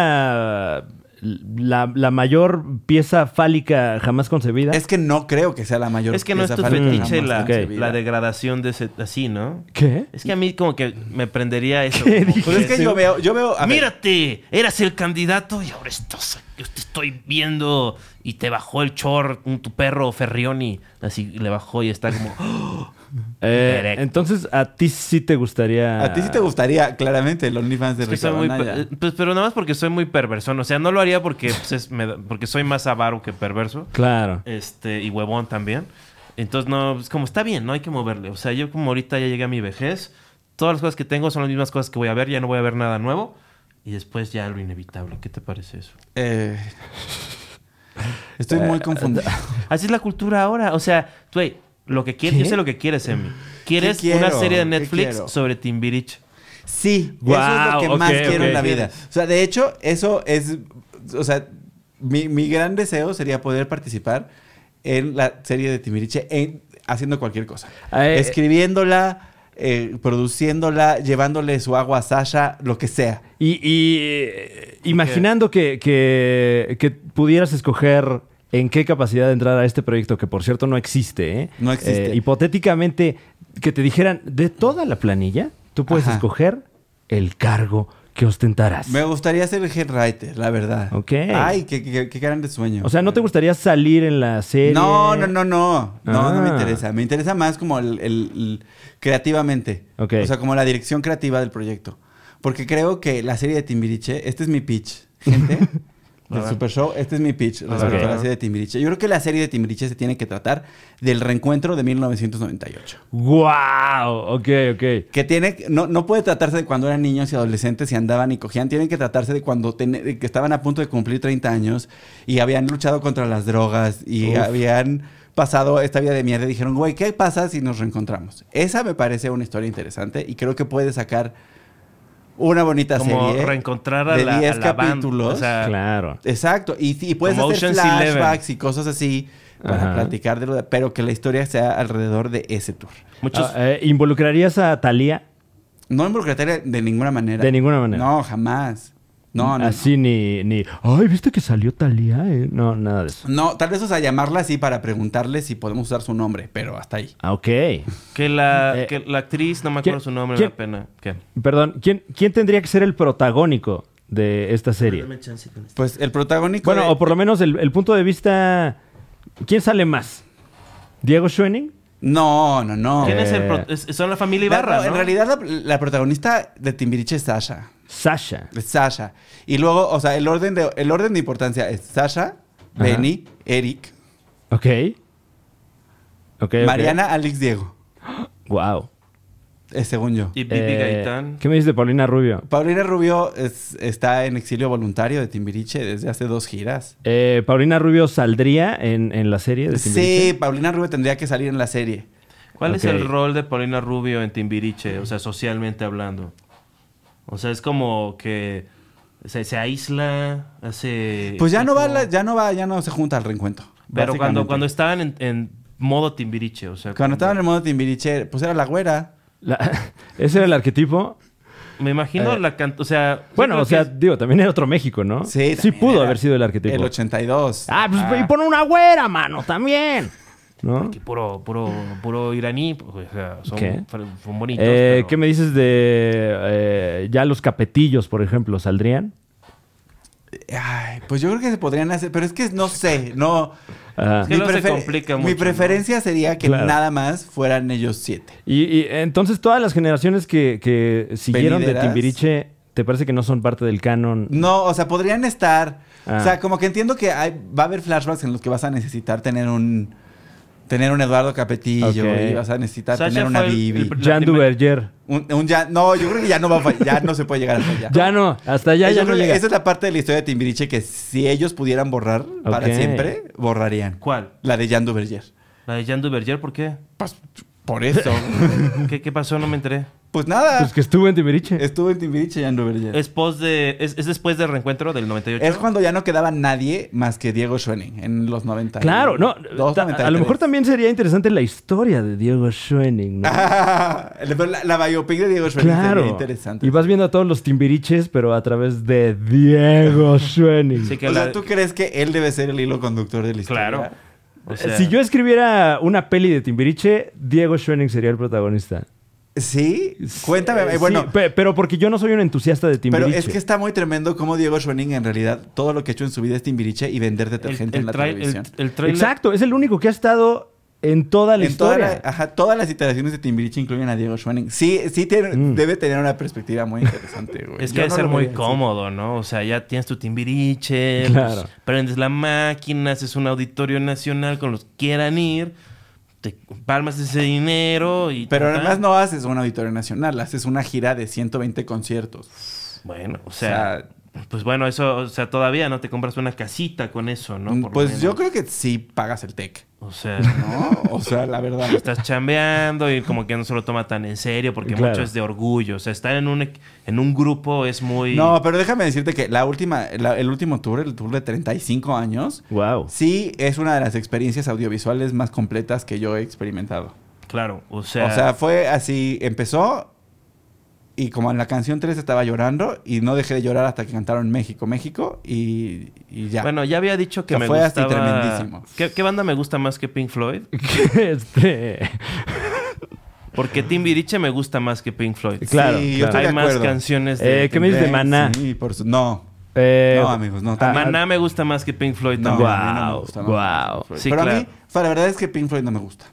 fuera la, la mayor pieza fálica jamás concebida.
es que no creo que sea la mayor.
Es que no es
pieza
tu
fálica
fetiche
jamás
la,
Ok.
concebida.
la degradación de ese, así, ¿no?
¿Qué?
Es que a mí como que me prendería eso.
¿Qué
como
Pues es que yo veo, yo veo. a ver,
Mírate, eras el candidato y ahora estás. Yo te estoy viendo y te bajó el chor, un- tu perro Ferrioni. Así le bajó y está como. ¡oh!
Eh,
Erecto.
entonces, a ti sí te gustaría.
a ti sí te gustaría claramente el OnlyFans de
Es que soy
Ricardo
muy
Anaya.
per- pues, pero nada más porque soy muy perversón. O sea, no lo haría porque, pues, es- me da- porque soy más avaro que perverso.
Claro.
Este, y huevón también. Entonces, no, es como está bien, no hay que moverle. O sea, yo como ahorita ya llegué a mi vejez, todas las cosas que tengo son las mismas cosas que voy a ver, ya no voy a ver nada nuevo. Y después ya lo inevitable. ¿Qué te parece eso?
Eh, estoy
Eh,
muy confundido.
Así es la cultura ahora. O sea, güey, lo que quieres, yo sé lo que quieres, Emi. Quieres
¿Qué
una
quiero?
serie de
¿Qué
Netflix
quiero?
sobre Timbirich.
Sí, eso es lo
Guau,
que
ok,
más quiero en
ok.
la vida. O sea, de hecho, eso es. O sea, mi, mi gran deseo sería poder participar en la serie de Timbiriche en- haciendo cualquier cosa.
Ah, eh,
Escribiéndola, eh, produciéndola, llevándole su agua a Sasha, lo que sea.
Y, y, eh, imaginando que, que- que pudieras escoger en qué capacidad de entrar a este proyecto, que por cierto no existe, ¿eh?
No existe.
Eh, hipotéticamente, que te dijeran, de toda la planilla, tú puedes
Ajá.
escoger el cargo que ostentarás.
Me gustaría ser el headwriter, la verdad.
Ok.
Ay, qué, qué, qué grande sueño.
O sea, ¿no te gustaría salir en la serie?
No, no, no, no. No, no me
Ah.
interesa. Me interesa más como el, el- el- creativamente.
Ok.
O sea, como la dirección creativa del proyecto. Porque creo que la serie de Timbiriche, este es mi pitch, gente.
A
del
ver.
Super Show, este es mi pitch respecto
Ok.
a la serie de Timbiriche. Yo creo que la serie de Timbiriche se tiene que tratar del reencuentro de 1998.
¡Guau! Ok, ok.
Que tiene, no, no puede tratarse de cuando eran niños y adolescentes y andaban y cogían, tienen que tratarse de cuando ten- que estaban a punto de cumplir 30 años y habían luchado contra las drogas y
Uf.
habían pasado esta vida de mierda y dijeron, güey, ¿qué pasa si nos reencontramos? Esa me parece una historia interesante y creo que puede sacar una bonita
Como
serie.
reencontrar a
de
la, a
10
la banda,
capítulos.
O sea,
Claro.
Exacto, y, y puedes
Como
hacer
Ocean's
flashbacks y cosas así para
Ajá.
platicar de lo de- pero que la historia sea alrededor de ese tour.
muchos.
Ah, eh, ¿Involucrarías a Talía?
No involucrarte de ninguna manera.
De ninguna manera.
No, jamás. No, no.
Así ni, ni. Ay, ¿viste que salió Talía? No, nada de eso.
No, tal vez, o sea, llamarla así para preguntarle si podemos usar su nombre, pero hasta ahí.
Ah, ok.
que, la,
Eh,
que la actriz, no me acuerdo
¿quién-
su nombre, me
quién-
da pena. ¿Qué?
Perdón, ¿quién, ¿quién tendría que ser el protagónico de esta serie?
Pues el protagónico.
Bueno,
de-
o por lo menos el, el punto de vista. ¿Quién sale más? ¿Diego Schoening?
No, no, no.
¿Quién
Eh,
es el pro- es- son la familia
La-
Ibarra,
no, En
¿no?
realidad, la, la protagonista de Timbiriche es Sasha.
Sasha.
Es Sasha. Y luego, o sea, el orden de, el orden de importancia es Sasha, Benny, Eric,
Ok. Ok.
Mariana, Alex, Diego.
Wow.
eh, según yo.
Y Bibi Gaitán.
¿Qué me dices de Paulina Rubio?
Paulina Rubio es- está en exilio voluntario de Timbiriche desde hace dos giras.
Eh, ¿Paulina Rubio saldría en, en la serie de
Sí,
Timbiriche?
Paulina Rubio tendría que salir en la serie.
¿Cuál es el
Ok.
rol de Paulina Rubio en Timbiriche? O sea, socialmente hablando. O sea, es como que se, se aísla, hace...
Pues ya no va,
como-
la- ya no va, ya no se junta al reencuentro.
Pero cuando,
básicamente.
cuando estaban en, en modo Timbiriche, o sea...
Cuando estaban en modo Timbiriche, pues era la güera.
La- ese era el arquetipo.
Me imagino
Eh,
la cantidad... O sea... yo
Bueno,
creo
o sea,
que es-
digo, también era otro México, ¿no?
Sí,
Sí
también
pudo
era
haber sido el arquetipo.
El 82.
Ah, pues y pon una güera, mano, también. ¿No?
que puro, puro, puro iraní, pues, o sea, son,
¿Qué?
fr- son bonitos.
Eh,
pero-
¿Qué me dices de eh, ya los capetillos, por ejemplo, saldrían?
Ay, pues yo creo que se podrían hacer, pero es que no sé, no.
Ah,
Es que luego se complica
Mi
mucho,
preferencia sería que
Claro.
nada más fueran ellos siete.
y, y entonces todas las generaciones que, que siguieron de
Venideras.
Timbiriche ¿Te parece que no son parte del canon?
No, o sea, podrían estar.
Ah.
O sea, como que entiendo que hay- va a haber flashbacks en los que vas a necesitar tener un. Tener un Eduardo Capetillo
Ok.
y vas a necesitar
Sasha
tener una
fue el-
Bibi.
el pr-
Jan
La primer-
Duverger.
Un, un ya, no, yo creo que ya no va a fall- ya no se puede llegar hasta allá.
Ya no, hasta allá
Yo
ya
creo
no
que
llega.
Esa es la parte de la historia de Timbiriche que si ellos pudieran borrar para
Ok.
siempre, borrarían.
¿Cuál?
La de Jan Duverger.
¿La de Jan Duverger? ¿Por qué?
Pues, por eso.
¿Qué, qué pasó? No me enteré.
pues nada.
Pues que estuvo en Timbiriche.
Estuvo en Timbiriche Jan Duverger. Es,
¿Es, post de, es, es después del reencuentro del 98?
cuando ya no quedaba nadie más que Diego Schoening en los 90.
Claro, no.
Dos,
ta- a lo
93.
mejor también sería interesante la historia de Diego Schoening, ¿no?
Ah, pero la, la biopic de Diego Schoening
claro.
sería interesante.
Y vas viendo a todos los timbiriches, pero a través de Diego Schoening.
Sí, que
o
la-
sea, ¿tú crees que él debe ser el hilo conductor de la historia?
Claro. O sea,
Eh, si yo escribiera una peli de timbiriche, Diego Schoening sería el protagonista.
¿Sí? Cuéntame. eh,
Sí,
bueno,
pe- pero porque yo no soy un entusiasta de
Pero
timbiriche.
es que está muy tremendo cómo Diego Schoening en realidad todo lo que ha hecho en su vida es timbiriche y vender
el,
detergente
el
en la
trai- el-
televisión.
el trailer-
Exacto, es el único que ha estado en toda la
En toda
historia.
la- ajá, todas las iteraciones de Timbiriche incluyen a Diego Schoening. Sí, sí tiene-
Mm.
debe tener una perspectiva muy interesante, güey.
Es que
Yo
debe
no
ser
lo
muy
vería así.
cómodo, ¿no? O sea, ya tienes tu timbiriche,
Claro.
pues, prendes la máquina, haces un auditorio nacional con los que quieran ir, te palmas ese dinero y...
Pero
ta, ta.
además no haces un auditorio nacional, haces una gira de 120 conciertos.
Bueno, o sea, pues bueno, eso, o sea, todavía no te compras una casita con eso, ¿no? Por lo
pues yo
menos.
creo que sí pagas el TEC,
O sea,
¿no? O sea, la verdad.
estás chambeando y como que no se lo toma tan en serio porque
Claro.
mucho es de orgullo. O sea, estar en un, equ- en un grupo es muy...
No, pero déjame decirte que la última, la- el último tour, el tour de 35 años,
Wow.
Sí, es una de las experiencias audiovisuales más completas que yo he experimentado.
Claro, o sea...
o sea, fue así, empezó y como en la canción 3 estaba llorando y no dejé de llorar hasta que cantaron México, México y, y ya.
bueno, ya había dicho que
O sea,
me
fue así
gustaba...
tremendísimo.
¿Qué- ¿Qué banda me gusta más que Pink Floyd?
este...
Porque Timbiriche me gusta más que Pink Floyd.
Claro.
sí, yo estoy de
Hay más
acuerdo.
canciones de...
Eh, ¿qué me dices de
Sí,
Maná?
Sí, por su- No,
eh,
no, amigos, no. también-
Maná me gusta más que Pink Floyd
No,
también.
a mí no me
Guau,
gusta, no.
guau.
Sí,
Pero a
claro.
mí, o sea, la verdad es que Pink Floyd no me gusta.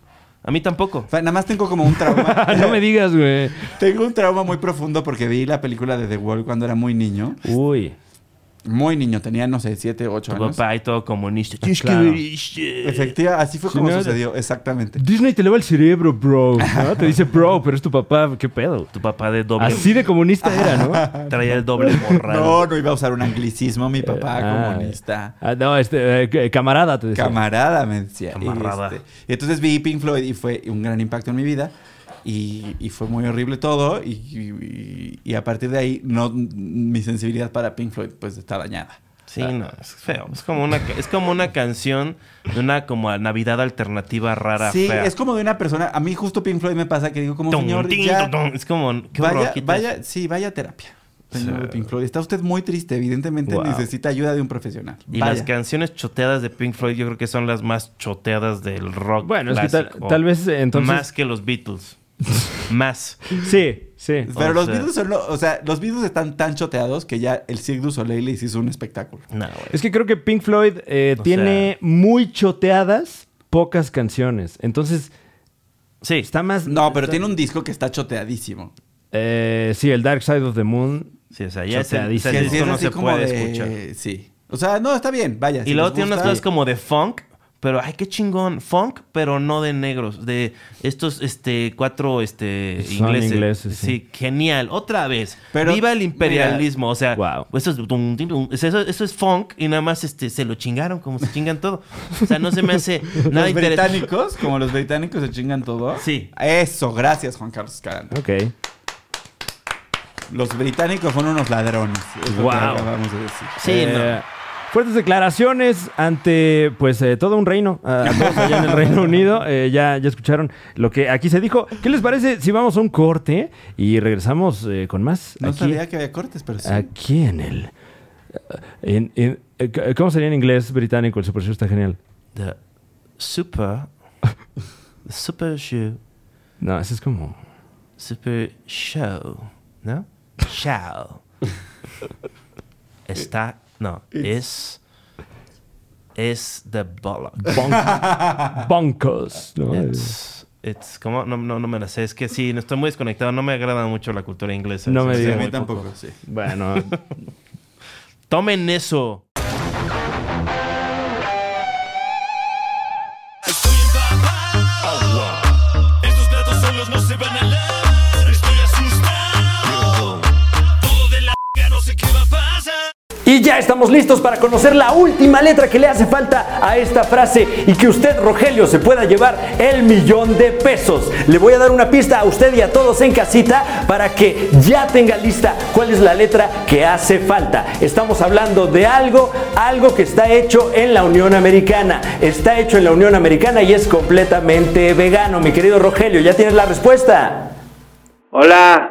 A mí tampoco.
O sea, nada más tengo como un trauma.
no me digas, güey.
tengo un trauma muy profundo porque vi la película de The Wall cuando era muy niño.
Uy.
Muy niño, tenía, no sé, 7, 8
Tu
años.
papá y todo comunista. Tienes que
Claro.
ver este.
Efectiva, así fue
Sí,
como
no,
sucedió, exactamente.
Disney te lava el cerebro, bro. ¿no? Te dice bro, pero es tu papá. ¿Qué pedo?
Tu papá de doble...
Así de comunista era, ¿no?
Traía el doble morrado.
No, no iba a usar un anglicismo, mi papá
Ah,
comunista.
Ah, no, este, eh, que- camarada te decía.
Camarada, me decía.
Camarada.
Y, este, y entonces vi Pink Floyd y fue un gran impacto en mi vida. Y, y fue muy horrible todo. Y, y- y a partir de ahí, no, mi sensibilidad para Pink Floyd pues está dañada.
Sí, no. Es feo. Es como una, es como una canción de una como Navidad alternativa rara,
sí,
fea.
es como de una persona. A mí, justo Pink Floyd me pasa que digo, como
Tum,
señor,
tin, tum,
ya,
tum. Es como... Qué horror,
vaya,
quita eso.
vaya, sí, vaya a terapia. Señor
Sí.
Pink Floyd, está usted muy triste. Evidentemente
Wow.
necesita ayuda de un profesional.
Y
Vaya.
las canciones choteadas de Pink Floyd yo creo que son las más choteadas del rock
Bueno, es que tal,
clásico.
tal vez eh, entonces.
Más que los Beatles. más.
Sí, sí.
Pero
O
los
sea-
Beatles son lo- o sea, los Beatles están tan choteados que ya el Cirque du Soleil les hizo un espectáculo.
No, güey.
Es que creo que Pink Floyd eh,
O
tiene muy choteadas pocas canciones. Entonces,
Sí,
está más.
No, pero
está-
tiene un disco que está choteadísimo.
Eh, sí, el Dark Side of the Moon.
sí, o sea, ya ese,
Choteadísimo.
ese
Que
sí
disco
es
no
así
se
como
puede
de-
escuchar.
Sí. O sea, no, está bien, vaya.
Y
si
luego
les
tiene unas
gusta.
cosas como de funk, pero ay, qué chingón. Funk, pero no de negros. De estos este, cuatro este,
Son
ingleses.
ingleses, sí.
sí. genial. Otra vez.
Pero,
Viva el imperialismo. o sea,
Wow.
eso, es, dum, dim, dum. O sea, eso, eso es funk y nada más este, se lo chingaron como se chingan todo. O sea, no se me hace nada
Los
interesante.
británicos, como los británicos se chingan todo.
Sí.
Eso, gracias, Juan Carlos Escalante.
Ok.
Los británicos son unos ladrones. es lo que
Wow.
acabamos de decir.
Sí,
Eh,
no.
Fuertes declaraciones ante, pues, eh, todo un reino, a, a todos allá en el Reino Unido. Eh, ya, ya escucharon lo que aquí se dijo. ¿Qué les parece si vamos a un corte y regresamos eh, con más?
No
aquí,
sabía que había cortes, pero sí.
aquí en el... eh, en- en- eh, ¿Cómo sería en inglés británico? El Super Show está genial.
The super. the super shoe.
No, eso es como...
Super Show, ¿no? Show. Está, no, es es the bollock.
Bon- boncos. ¿no?
It's It's- ¿cómo? No, no, no me la sé. Es que sí, no estoy muy desconectado. No me agrada mucho la cultura inglesa.
No me
Sí,
Sí,
digas.
a
muy
mí
muy
tampoco, sí.
Bueno,
poco. Tomen eso.
Estoy empapado. Estos platos solos no se van a lavar. Estoy asustado. Todo de la no sé qué va a pasar.
Y ya estamos listos para conocer la última letra que le hace falta a esta frase y que usted, Rogelio, se pueda llevar el millón de pesos. Le voy a dar una pista a usted y a todos en casita para que ya tenga lista cuál es la letra que hace falta. Estamos hablando de algo, algo que está hecho en la Unión Americana. Está hecho en la Unión Americana y es completamente vegano. Mi querido Rogelio, ¿ya tienes la respuesta?
Hola,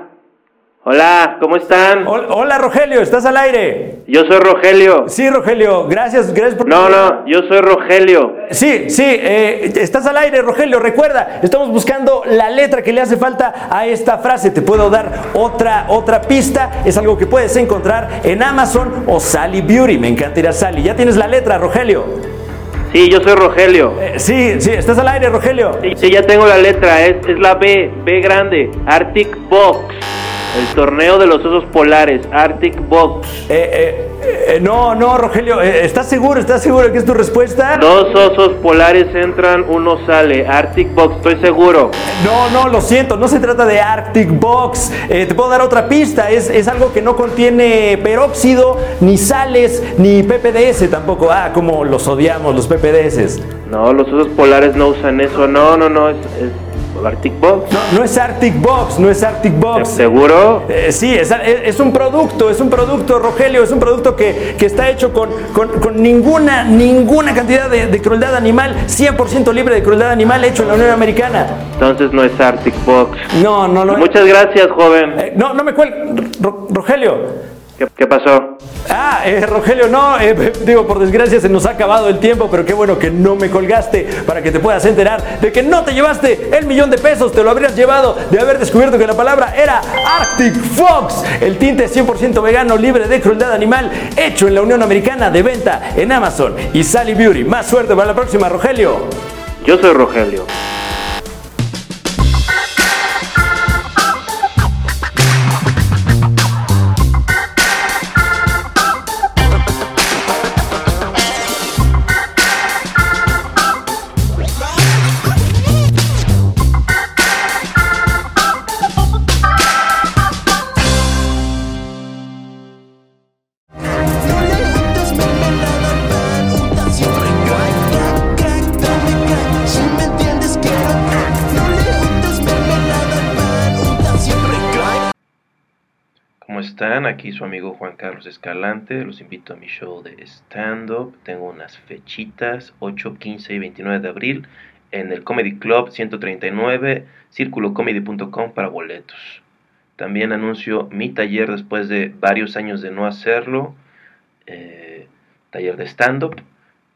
hola, ¿cómo están?
Hol- Hola, Rogelio, ¿estás al aire?
Yo soy Rogelio.
Sí, Rogelio, gracias, gracias por...
No, no, yo soy Rogelio.
Sí, sí, eh, estás al aire, Rogelio. Recuerda, estamos buscando la letra que le hace falta a esta frase. Te puedo dar otra, otra pista. Es algo que puedes encontrar en Amazon o Sally Beauty. Me encanta ir a Sally. Ya tienes la letra, Rogelio.
Sí, yo soy Rogelio.
Eh, sí, sí, estás al aire, Rogelio.
Sí, sí, ya tengo la letra, es, es la B, B grande, Arctic Box. El torneo de los osos polares, Arctic Box.
Eh, eh, eh, no, no, Rogelio. eh, ¿Estás seguro? ¿Estás seguro que es tu respuesta?
Dos osos polares entran, uno sale, Arctic Box, estoy seguro.
No, no, lo siento, no se trata de Arctic Box. Eh, te puedo dar otra pista, es, es algo que no contiene peróxido, ni sales, ni PPDS tampoco. Ah, como los odiamos, los PPDS.
No, los osos polares no usan eso, no, no, no, es, es Arctic Box.
No, no es Arctic Box, no es Arctic Box.
¿Seguro?
Eh, sí, es, es un producto, es un producto, Rogelio, es un producto que, que está hecho con, con- con ninguna, ninguna cantidad de, de crueldad animal, 100% libre de crueldad animal hecho en la Unión Americana.
Entonces no es Arctic Box.
No, no lo
Muchas gracias, joven.
Eh, no, no me cuelgues, Rogelio.
¿Qué, qué pasó?
Ah, eh, Rogelio, no, eh, digo, por desgracia se nos ha acabado el tiempo, pero qué bueno que no me colgaste para que te puedas enterar de que no te llevaste el millón de pesos, te lo habrías llevado de haber descubierto que la palabra era Arctic Fox, el tinte 100% vegano libre de crueldad animal, hecho en la Unión Americana de venta en Amazon y Sally Beauty. Más suerte para la próxima, Rogelio.
Yo soy Rogelio.
No le gustas, me malaban panuta Siempre crack, crack, crack, dame crack Si me entiendes, quiero crack No le gustas, me malaban panuta Siempre crack
¿Cómo están? Aquí su amigo Juan Carlos Escalante. Los invito a mi show de stand-up. Tengo unas fechitas, 8, 15 y 29 de abril, en el Comedy Club 139, circulocomedy.com para boletos. También anuncio mi taller después de varios años de no hacerlo. eh, taller de stand-up.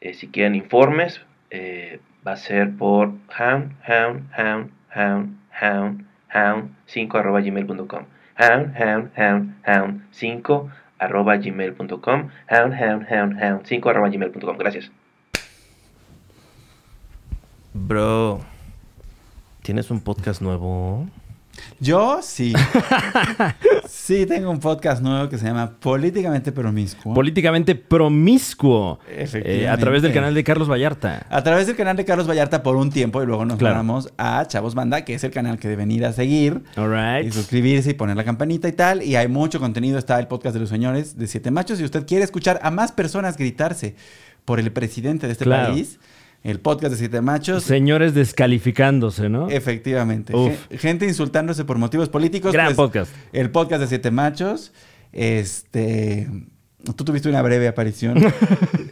Eh, si quieren informes, eh, va a ser por hound, hound, hound, hound, hound, hound, 5 arroba gmail.com. Hound, hound, hound, hound, 5 arroba gmail.com. Hound, hound, hound, hound, 5 arroba gmail.com. Gracias.
Bro. ¿Tienes un podcast nuevo?
Yo sí. sí, tengo un podcast nuevo que se llama Políticamente Promiscuo.
políticamente promiscuo eh, a
Efectivamente.
través del canal de Carlos Vallarta.
a través del canal de Carlos Vallarta por un tiempo y luego nos
Claro.
mudamos a Chavos Banda, que es el canal que deben ir a seguir.
All right.
Y suscribirse y poner la campanita y tal. Y hay mucho contenido. Está el podcast de los señores de Siete Machos. Si usted quiere escuchar a más personas gritarse por el presidente de este
Claro.
país, el podcast de Siete Machos.
Señores descalificándose, ¿no?
Efectivamente.
Uf.
Gen- Gente insultándose por motivos políticos. pues,
Gran podcast.
El podcast de Siete Machos. Este. Tú tuviste una breve aparición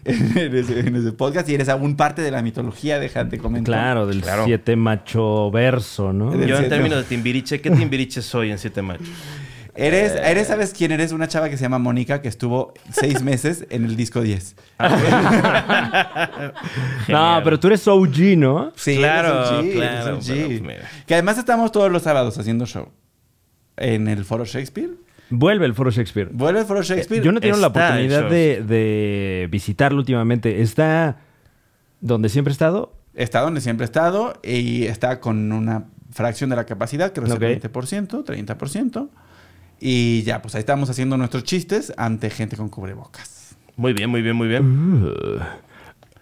en, ese, en ese podcast y eres aún parte de la mitología, déjate comentar.
Claro, del siete macho verso, ¿no?
Del
Yo en
siete-
términos de timbiriche, ¿qué timbiriche soy en siete machos?
Eres,
Eh.
eres, ¿sabes quién eres? Una chava que se llama Mónica que estuvo seis meses en el disco 10.
No,
Genial.
pero tú eres OG, ¿no?
Sí,
Claro,
eres un G,
claro,
eres un
pero,
G.
pues, mira.
que además estamos todos los sábados haciendo show. En el Foro Shakespeare.
Vuelve el Foro Shakespeare.
Vuelve el Foro Shakespeare.
Yo no he tenido la
Está el
oportunidad
show.
de, de visitarlo últimamente. Está donde siempre he estado,
está donde siempre ha estado y está con una fracción de la capacidad, que es
Ok.
el 20%, 30%. Y ya, pues ahí estamos haciendo nuestros chistes ante gente con cubrebocas.
Muy bien, muy bien, muy bien.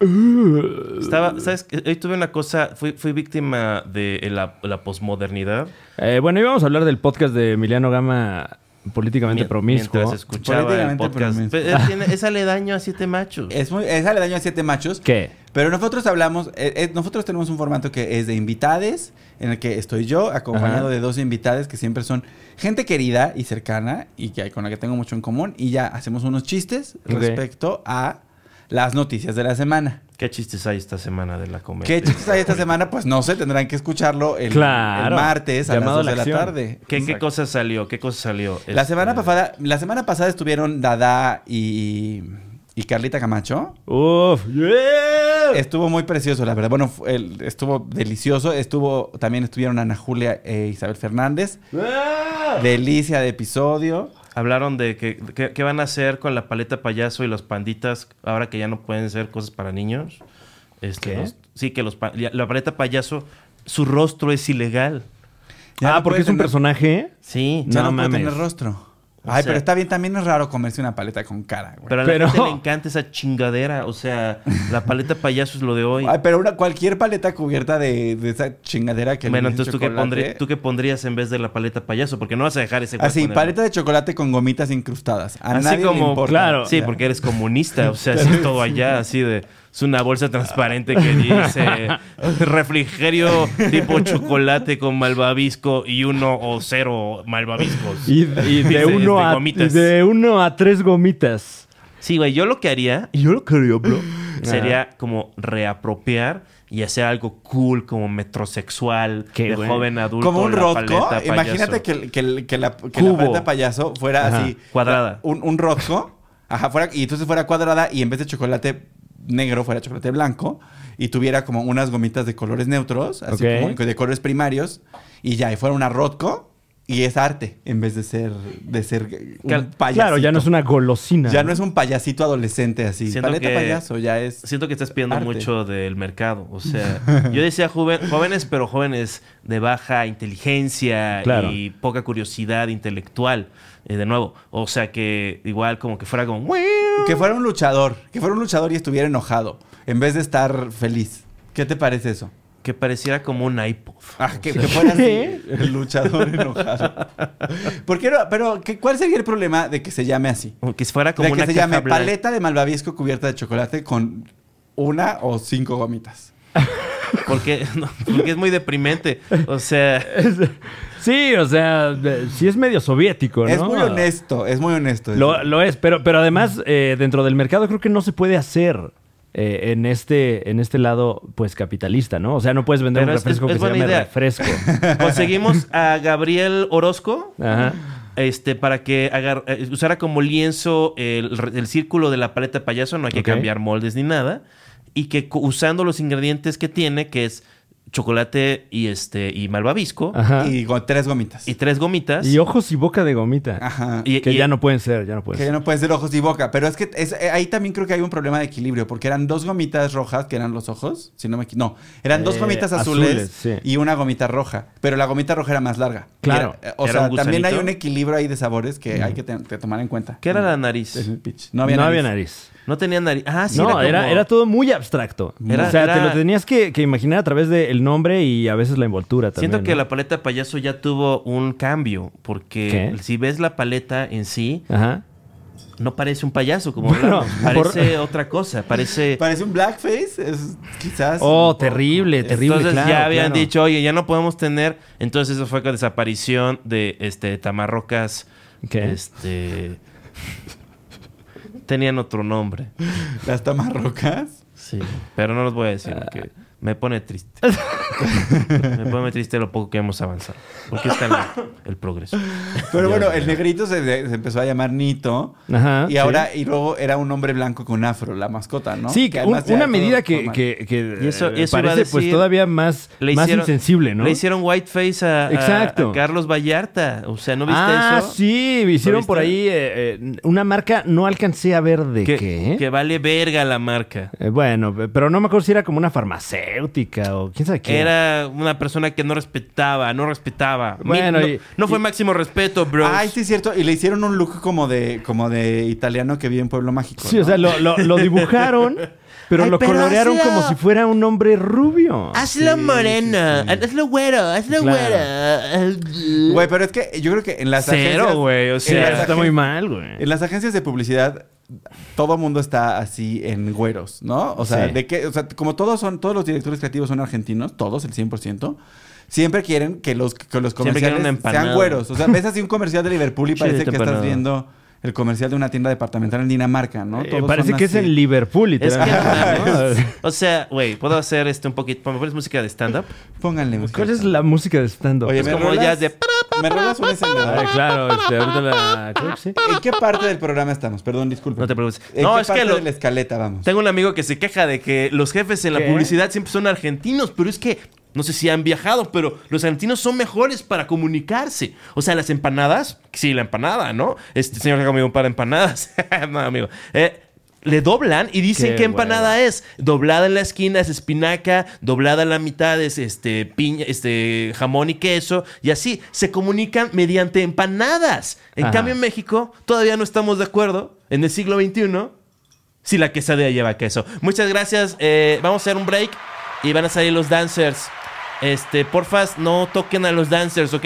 Uh. Estaba, ¿sabes? qué? Hoy tuve una cosa, fui, fui víctima de la, la posmodernidad.
Eh, bueno, íbamos a hablar del podcast de Emiliano Gama, políticamente
Mien-
promiscuo.
Mientras escuchaba el
Políticamente
podcast.
promiscuo.
Pe- es- tiene- es aledaño a siete machos.
Es, muy, es daño a siete machos.
¿Qué?
Pero nosotros hablamos, eh, eh, nosotros tenemos un formato que es de invitades, en el que estoy yo, acompañado
Ajá.
de dos invitades que siempre son gente querida y cercana y que, con la que tengo mucho en común. Y ya hacemos unos chistes
Ok.
respecto a las noticias de la semana.
¿Qué chistes hay esta semana de la comedia?
¿Qué chistes hay esta semana? Pues no sé, tendrán que escucharlo el,
Claro.
el martes a
Llamado
las
a la
2 de la
acción.
tarde.
¿Qué, qué
Exacto.
cosa salió? ¿Qué cosa salió?
La
Este,
semana pasada, la semana pasada estuvieron Dada y, y Carlita Camacho.
Uf. yeah.
Estuvo muy precioso, la verdad. Bueno, fue- el- estuvo delicioso. Estuvo, también estuvieron Ana Julia e Isabel Fernández. Delicia de episodio.
Hablaron de que, que- qué van a hacer con la paleta payaso y los panditas ahora que ya no pueden ser cosas para niños. Este,
¿Qué?
los- sí, que los, pa- ya- la paleta payaso, su rostro es ilegal.
Ya
ah,
no
porque
puede
es un
tener-
personaje.
Sí.
Ya
No
no, puede
mames.
tener rostro.
O
Ay,
sea-
pero está bien, también es raro comerse una paleta con cara, güey.
Pero a la
Pero-
gente le encanta esa chingadera. O sea, la paleta payaso es lo de hoy.
Ay, pero una, cualquier paleta cubierta de, de esa chingadera que le
bueno,
dicen
entonces ¿tú qué,
chocolate.
pondrí- tú qué pondrías en vez de la paleta payaso, porque no vas a dejar ese güey
Así,
ponerlo.
paleta de chocolate con gomitas incrustadas. A
Así
nadie le
como-
importa.
claro.
Sí,
Ya.
porque eres comunista, o sea, así es todo allá, así de... Es una bolsa transparente que dice refrigerio tipo chocolate con malvavisco y uno o cero malvaviscos.
Y, y
Dice,
de, uno a,
gomitas.
de uno a tres gomitas. Ah.
Sí, güey, yo lo que haría... Yo lo que haría, bro. Sería como reapropiar y hacer algo cool, como metrosexual,
Qué
de
güey.
joven adulto.
Como un
la
rosco.
paleta
Imagínate
payaso.
que, que- que la, que la
Cubo.
paleta payaso fuera
Ajá.
así.
Cuadrada.
Un, un rosco. Ajá, fuera, y entonces fuera cuadrada y en vez de chocolate negro fuera chocolate blanco y tuviera como unas gomitas de colores neutros, así
Ok.
como de colores primarios y ya, y fuera una rosco y es arte en vez de ser de ser un
Cal-
payasito.
Claro, ya no es una golosina.
ya no es un payasito adolescente así.
Siento
paleta
que-
payaso ya es
Siento que estás pidiendo
Arte.
mucho del mercado. O sea, yo decía joven- jóvenes, pero jóvenes de baja inteligencia
Claro.
y poca curiosidad intelectual. eh, de nuevo, o sea que igual como que fuera como... "Wiu".
que fuera un luchador, que fuera un luchador y estuviera enojado en vez de estar feliz. ¿Qué te parece eso?
Que pareciera como un iPod.
Ah, que, que fuera así, el luchador enojado. ¿Por qué no? Pero, ¿qué- ¿cuál sería el problema de que se llame así?
O Que fuera como
de
una
que se
caja
llame
blanca.
paleta de malvavisco cubierta de chocolate con una o cinco gomitas.
Porque, no, porque es muy deprimente. O sea,
Sí, o sea, de- sí es medio soviético, ¿no?
Es muy honesto, es muy honesto.
Lo, lo es, pero, pero además, eh, dentro del mercado creo que no se puede hacer eh, en, este, en este lado, pues, capitalista, ¿no? O sea, no puedes vender
Pero
un
es-
refresco
es- es
que se
buena
llame
idea.
refresco.
conseguimos a Gabriel Orozco.
Ajá.
Este, para que agar- eh, usara como lienzo el, re- el círculo de la paleta de payaso, no hay que
Ok.
cambiar moldes ni nada. Y que cu- usando los ingredientes que tiene, que es chocolate y este y malvavisco,
Ajá. Y,
Y con tres gomitas.
y tres gomitas.
ojos y boca de gomita.
Ajá.
y-
que
y-
ya no pueden ser, ya no pueden
Que ya
ser.
no pueden ser ojos y boca. Pero es que es- eh, ahí también creo que hay un problema de equilibrio, porque eran dos gomitas rojas, que eran los ojos, si no me equi- No, eran dos
Eh,
gomitas azules,
azules, sí.
y una gomita roja. Pero la gomita roja era más larga. Y
Claro.
era- eh, o
Era
sea,
un
también hay
gusanito.
un equilibrio ahí de sabores que hay que, te- que tomar en cuenta.
¿Qué era la
Es
nariz?
el pitch. No
No
había nariz.
nariz.
No tenía nariz. Ah, sí.
no, era,
como-
era todo muy abstracto.
Era-
o sea, te
era-
lo tenías que, que imaginar a través del nombre y a veces la envoltura también.
Siento que
¿no?
la paleta de payaso ya tuvo un cambio, porque
¿Qué?
si ves la paleta en sí,
Ajá.
no parece un payaso, como
Bueno,
hablamos.
por-
parece otra cosa, parece...
Parece un blackface, es- quizás.
Oh, terrible, terrible.
Entonces
claro,
ya habían
claro.
dicho, oye, ya no podemos tener. Entonces eso fue con desaparición de este Tamarrocas.
¿Qué?
Este. Tenían otro nombre.
Las tamarrocas.
Ah.
Sí. Pero no los voy a decir porque me pone triste. Me pone muy triste lo poco que hemos avanzado. Porque está la- el progreso.
Pero bueno, el negrito se, se empezó a llamar Nito.
Ajá,
y ahora, y luego era un hombre blanco con afro, la mascota, ¿no?
Sí, que un-
además ya
una
todo
medida que,
formal.
que- que,
Y eso-
eh,
eso iba a
parece pues
decir.
todavía más,
Le
más
hicieron-
insensible, ¿no?
Le hicieron whiteface a, a-
Exacto.
a Carlos Vallarta. O sea, ¿no viste
ah,
eso?
sí, hicieron
¿Lo
por
viste?
ahí eh, eh, una marca, no alcancé a ver de
Que,
qué.
que vale verga la marca.
Eh, bueno, pero no me acuerdo si era como una farmacéutica o quién sabe qué.
Era una persona que no respetaba, no respetaba. Mi-
Bueno,
no,
y-
no fue máximo respeto, bro.
Ay, sí, es cierto. Y le hicieron un look como de, como de italiano que vive en Pueblo Mágico.
Sí,
¿no?
o sea, lo, lo- lo dibujaron, pero
Ay,
lo
pero Ah,
colorearon
hazlo.
como si fuera un hombre rubio.
Hazlo morena, hazlo güero, hazlo
Claro.
güero.
Güey, pero es que yo creo que en las
Cero,
agencias...
güey. O
Sí,
sea,
la-
está muy mal, güey.
En las agencias de publicidad, todo mundo está así en güeros, ¿no? O sea,
Sí.
de que, o sea, como todos son, todos los directores creativos son argentinos, todos, el 100%, siempre quieren que los, que los
Siempre quieren
comerciales
una
sean
empanada.
güeros. O sea, ves así un comercial de Liverpool y
Sí,
parece que
empanada.
estás viendo el comercial de una tienda departamental en Dinamarca, ¿no?
Eh,
Todos
parece
son
que es
así.
en Liverpool,
es que,
literalmente.
mames. o sea, güey, puedo hacer este un poquito. ¿Me pones música de stand-up?
Pónganle música.
¿Cuál es la música de stand-up?
Oye,
Es
¿me
como
rolas?
jazz de.
¿Me rolas un
Ah,
encendedor?
claro, este, ahorita la... creo que sí.
¿En qué parte del programa estamos? Perdón, disculpe.
No te preocupes.
¿En
No,
qué
es que
parte
lo-
de la escaleta vamos?
Tengo un amigo que se queja de que los jefes en la
¿Qué?
publicidad siempre son argentinos, pero es que no sé si han viajado, pero los argentinos son mejores para comunicarse. O sea, las empanadas, sí, la empanada, ¿no? Este señor que conmigo para empanadas. no, amigo. Eh, le doblan y dicen
Qué
qué empanada
hueva.
es. Doblada en la esquina es espinaca, doblada en la mitad es este piña, este jamón y queso y así se comunican mediante empanadas. En
Ajá.
cambio en México todavía no estamos de acuerdo en el siglo XXI si la quesadilla lleva queso. Muchas gracias. eh, vamos a hacer un break y van a salir los dancers. Este, porfas, no toquen a los dancers, ¿ok?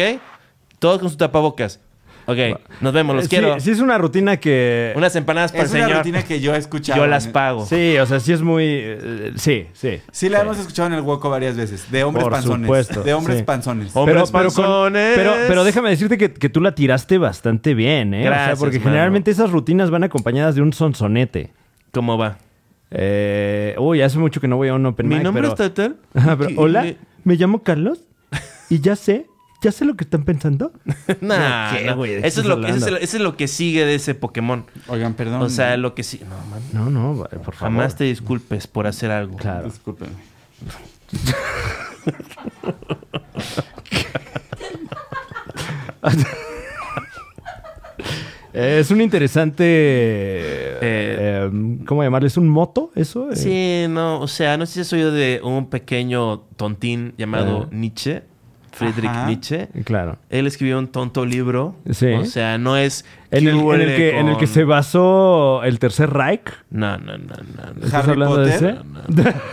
Todos con su tapabocas. Ok, nos vemos, los
Eh, Sí,
quiero.
sí es una rutina que...
Unas empanadas para
Es
el
una
señor.
rutina que yo he escuchado.
Yo las
en-
pago.
Sí, o sea, sí es muy... eh, sí, sí.
Sí, la hemos escuchado en el hueco varias veces. De hombres
Por
panzones.
supuesto,
De hombres
sí.
panzones.
Oh, Hombres panzones.
pero, pero déjame decirte que, que tú la tiraste bastante bien, ¿eh? O sea,
Gracias,
porque
mano.
generalmente esas rutinas van acompañadas de un sonsonete.
¿Cómo va?
Eh, uy, hace mucho que no voy a un open
Mi
mic,
nombre
pero-
es Tater.
Ajá, pero, Hola, me llamo Carlos y ya sé, ya sé lo que están pensando.
Nah,
¿Qué,
no.
güey? ¿De qué
Eso
estás
es lo que eso es
hablando?
lo- eso es lo que sigue de ese Pokémon.
Oigan, perdón.
O sea, lo que sí. No, man,
No, no, por favor.
jamás te disculpes por hacer algo.
Claro.
Discúlpenme.
Eh, es un interesante... eh, ¿Cómo llamarle? ¿Es un moto eso? Eh,
Sí, no, o sea, no sé si soy yo de un pequeño tontín llamado
Ajá.
Nietzsche, Friedrich
Ajá.
Nietzsche.
Eh, Claro.
Él escribió un tonto libro.
Sí.
O sea, no es.
En el, en el
huele
que, en el que
con-
se basó el Tercer Reich.
No, no, no, no. no.
¿Estás
Harry
hablando de
Potter?
ese?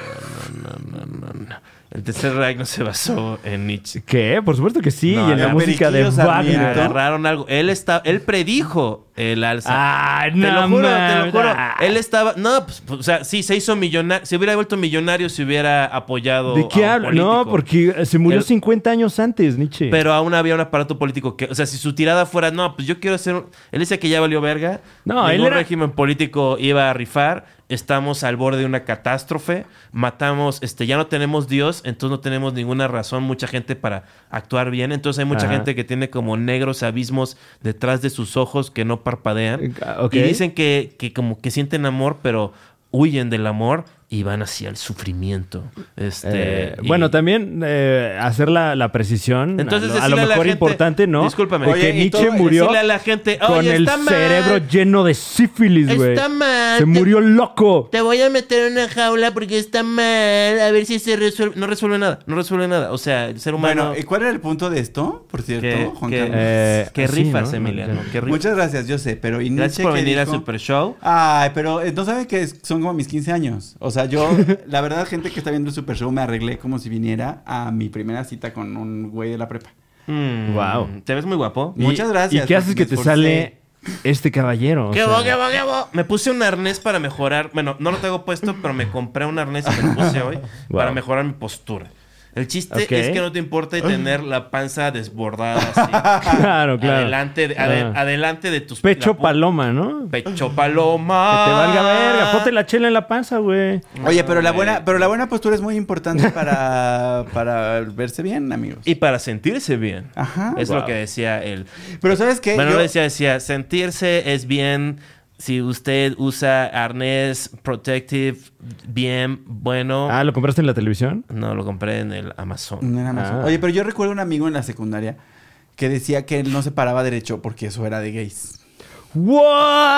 El tercer Reich no se basó en Nietzsche.
¿Qué? Por supuesto que sí.
No,
y en la
no.
música de
Periquillo Sarmiento.
Wagner.
Agarraron algo. Él está, él predijo el alza.
Ah,
Te lo juro, te lo
mames.
juro.
Ah.
Él estaba. No, pues, o sea, sí, se hizo millonario. Se hubiera vuelto millonario si hubiera apoyado.
¿De qué
a un
habla? No,
político.
porque eh, se murió
El-
50 años antes, Nietzsche.
Pero aún había un aparato político que, o sea, si su tirada fuera, no, pues yo quiero ser. un-". Él decía que ya valió verga.
No,
ningún
él era-
régimen político iba a rifar. Estamos al borde de una catástrofe. Matamos, este, ya no tenemos Dios, entonces no tenemos ninguna razón, mucha gente para actuar bien. Entonces hay mucha
Ajá.
gente que tiene como negros abismos detrás de sus ojos que no parpadean.
Ah, ok.
Y dicen que, que como que sienten amor, pero huyen del amor y van hacia el sufrimiento. Este,
Eh,
y-
Bueno, también eh, hacer la, la precisión.
Entonces,
a lo- a lo
decirle a la
mejor
gente-
importante, ¿no?
Discúlpame.
De
Oye,
que
y
Nietzsche
todo-
murió
decirle a la gente,
con
"Oye,
el
está mal".
cerebro lleno de sífilis, güey.
Está mal.
Se
Te-
murió loco.
Te voy a meter en una jaula porque está mal. A ver si se resuelve. No resuelve nada. No resuelve nada. O sea, el ser humano.
Bueno, ¿y cuál era el punto de esto, por cierto,
que,
Juan
que-
Carlos?
Eh,
que
sí,
rifas,
¿no?
Emiliano. Que rifas.
Muchas gracias, yo sé, pero ¿y
Gracias
Nietzsche
por
qué
venir al
dijo?
Super Show.
Ay, pero eh, no saben que es- son como mis 15 años. O sea, yo, la verdad, gente que está viendo el Super Show, me arreglé como si viniera a mi primera cita con un güey de la prepa.
Mm,
Wow.
Te ves muy guapo.
Y-
Muchas gracias,
¿Y qué haces
porque
que
me
te
esforcé.
sale este caballero? O
¿Qué
sea,
bo, qué bo, qué bo? Me puse un arnés para mejorar. Bueno, no lo tengo puesto, pero me compré un arnés y me lo puse hoy
Wow.
para mejorar mi postura. El chiste
Ok.
es que no te importe tener la panza desbordada así.
Claro, claro.
Ah, Adelante, de, ade-
Ah.
adelante de tus
Pecho
la pu- Ah.
paloma, ¿no?
Pecho paloma.
Que te valga verga. Ponte la chela en la panza, güey.
Oye, pero la buena,
güey.
pero la buena postura es muy importante para, para verse bien, amigos.
Y para sentirse bien.
Ajá.
Es
Wow.
lo que decía él.
Pero ¿sabes qué?
Bueno,
Yo-
no decía, decía, sentirse es bien si usted usa arnés protective, bien, bueno.
Ah, ¿lo compraste en la televisión?
No, lo compré en el Amazon.
No era Amazon.
Ah.
Oye, pero yo recuerdo un amigo en la secundaria que decía que él no se paraba derecho porque eso era de gays.
¡Wow!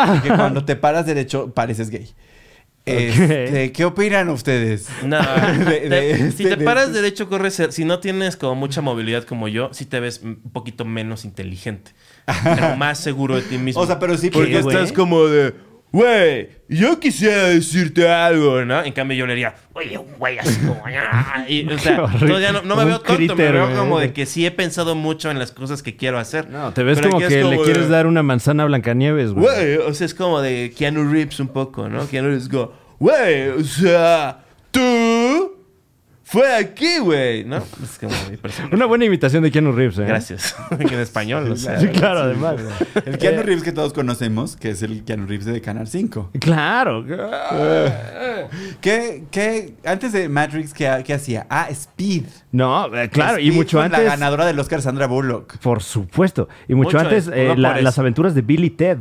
Que cuando te paras derecho pareces gay. Este, ¿Qué opinan ustedes?
No,
De-
te-
de
si
este-
te
de
paras
este-
derecho, corres. Si no tienes como mucha movilidad como yo, sí te ves un poquito menos inteligente. pero más seguro de ti mismo.
O sea, pero sí,
porque
¿qué, güey?
estás como de, güey, yo quisiera decirte algo, ¿no? En cambio, yo le diría, oye, güey, así como, "Ah", y, o sea,
Qué horrible.
no, ya no, no me
Como
veo
un
tonto,
críter,
me veo
güey.
como de que sí he pensado mucho en las cosas que quiero hacer.
No, te ves
Pero
como
aquí es
que le
como
quieres
de,
dar una manzana a Blancanieves, güey.
Güey, o sea, es como de Keanu Reeves un poco, ¿no? Keanu Reeves go, güey, o sea, tú fue aquí, güey, ¿no? Es como mi persona.
Una buena imitación de Keanu Reeves, ¿eh?
Gracias. en español, o sea.
Sí, claro, además. Eh,
El
Eh.
Keanu Reeves que todos conocemos, que es el Keanu Reeves de Canal 5.
Claro.
¿Qué, qué, antes de Matrix, ¿qué, qué hacía? Ah, Speed.
No, eh, claro, y
Speed
mucho
con La
antes.
ganadora del Oscar, Sandra Bullock.
Por supuesto. Y mucho,
Mucho
antes,
después,
eh,
no
la-
por eso.
las aventuras de Billy Ted.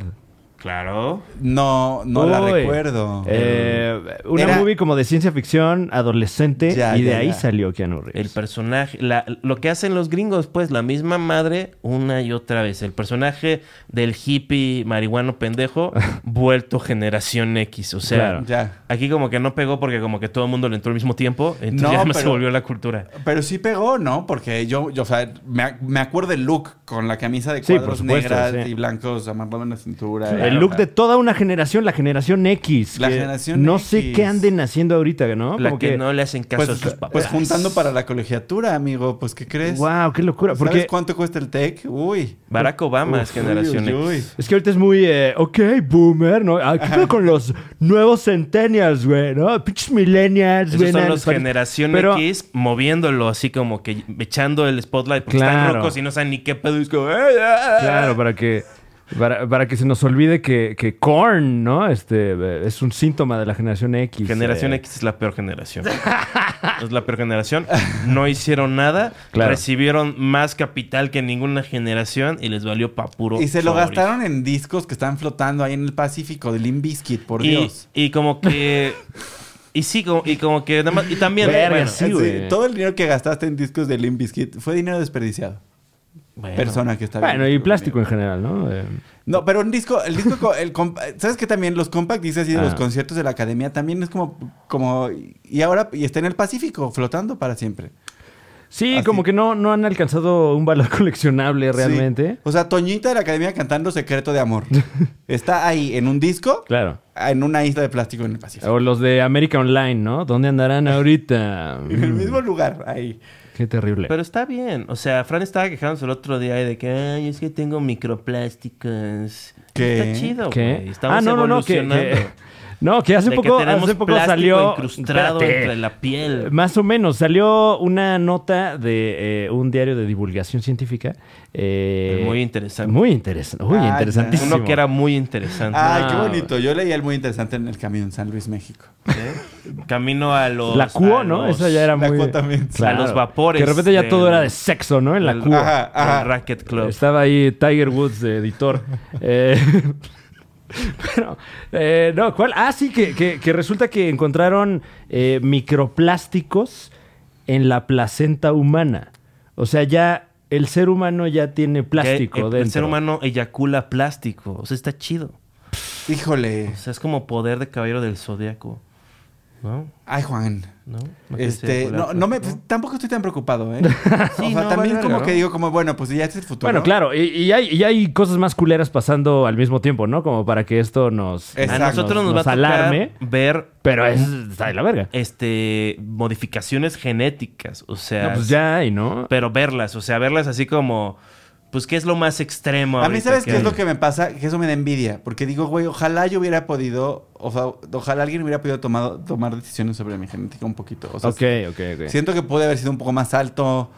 Claro.
No, no la
Uy.
recuerdo.
Eh, una
Era-
movie como de ciencia ficción, adolescente,
Ya,
y de
ya,
ahí
ya.
salió Keanu
El
Reeves.
personaje, la- lo que hacen los gringos, pues, la misma madre una y otra vez. El personaje del hippie marihuano pendejo vuelto generación X. O sea,
Claro.
Ya.
aquí como que no pegó porque como que todo el mundo le entró al mismo tiempo. Entonces
No,
ya no se
pero-
volvió la cultura.
Pero sí pegó, ¿no? Porque yo, yo o sea, me, ac- me acuerdo del look con la camisa de
Sí, por
cuadros
supuesto,
negras
sí.
y blancos amarrado en la cintura.
El look de toda una generación, la generación X.
La
que
generación
No
X.
sé qué anden haciendo ahorita, ¿no?
la
Como
que, no le hacen caso a
pues,
sus papás.
pues juntando para la colegiatura, amigo. Pues, ¿qué crees?
Wow, qué locura.
¿Sabes
Porque
cuánto cuesta el tech? Uy.
Barack Obama es
Uf,
generación
uy, uy,
X.
uey.
es que ahorita es muy, eh, ok, boomer, ¿no? Ah, ¿Qué pedo con los nuevos centennials, güey, ¿no? Pinches millennials,
Esos
güey.
son
na-
los generación
Pero-
X moviéndolo así como que echando el spotlight porque
Claro.
están locos y no saben ni qué pedo. y es como, "Ay, ah".
Claro, para que, para, para que se nos olvide que, que corn, ¿no? Este, eh, es un síntoma de la generación X.
Generación
eh.
X es la peor generación. es la peor generación. No hicieron nada.
Claro.
Recibieron más capital que ninguna generación y les valió pa' puro.
Y se lo
chorizo.
gastaron en discos que están flotando ahí en el Pacífico de Limp Bizkit, por
Y,
Dios.
y como que. y sí, como, y como que nada más. Y también.
Verga,
bueno,
sí, güey.
todo el dinero que gastaste en discos de Limp Bizkit fue dinero desperdiciado.
bueno.
Persona que está
Bueno, y
viendo.
plástico en general, ¿no? Eh,
No, pero un disco, el disco, co- el comp- ¿sabes qué también? Los compact discs así de
Ah.
los conciertos de la academia también es como, como, y ahora, y está en el Pacífico, flotando para siempre.
Sí,
Así.
como que no, no han alcanzado un valor coleccionable
Sí.
realmente.
O sea, Toñita de la academia cantando Secreto de Amor. está ahí, en un disco,
Claro.
en una isla de plástico en el Pacífico.
O los de América Online, ¿no? ¿Dónde andarán ahorita?
Oh.
En el
Mm,
mismo lugar, ahí.
Qué terrible.
Pero está bien. O sea, Fran estaba quejándose el otro día de que, ay, es que tengo microplásticos.
¿Qué?
Está chido,
¿Qué? Ah,
güey. Estamos evolucionando.
no, que hace
De
poco,
que tenemos
hace poco
plástico
salió.
incrustado
Espérate. Eh,
entre la piel.
Más o menos, salió una nota de eh, un diario de divulgación científica. eh,
Muy interesante.
Muy interesante. Uy,
Ah,
interesantísimo.
Uno que era muy interesante.
Ay,
No.
qué bonito. Yo leía el muy interesante en el camión San Luis, México.
¿eh? Camino a los...
La
a
cuo, ¿no?
los-
Esa ya era
la
muy.
cuo también, sí.
Claro.
A los vapores
Que de repente ya
del-
todo era de sexo, ¿no? En la
del-
cuo.
Ajá, ajá.
el Racket Club.
Estaba ahí Tiger Woods de editor. Eh, pero, eh, no, ¿cuál? Ah, sí, que, que- que resulta que encontraron eh, microplásticos en la placenta humana. O sea, ya el ser humano ya tiene
Que
plástico
el-
dentro.
El ser humano eyacula plástico. O sea, está chido.
Híjole.
O sea, es como poder de caballero del zodiaco. ¿No?
Ay, Juan.
¿No? ¿No quieres
Este,
eyacular
no, no me,
plástico?
tampoco estoy tan preocupado, ¿eh? o
Sí,
sea,
no,
también
vale,
como
¿no?
que digo, como, bueno, pues ya es el futuro.
Bueno, claro, y, y hay, y hay cosas más culeras pasando al mismo tiempo, ¿no? Como para que esto nos...
Es-
A
Exacto.
nosotros
Nos
nos, va a tocar
alarme.
ver
Pero es... Está de la verga.
este modificaciones genéticas, o sea,
Eh,
No, pues ya hay, ¿no?
pero verlas, o sea, verlas así como Pues, ¿qué es lo más extremo?
A mí,
ahorita
¿sabes qué es
hay?
lo que me pasa? Que eso me da envidia. Porque digo, güey, ojalá yo hubiera podido, o sea, ojalá alguien hubiera podido tomado- tomar decisiones sobre mi genética un poquito. O sea,
ok, ok, ok.
siento que pude haber sido un poco más alto,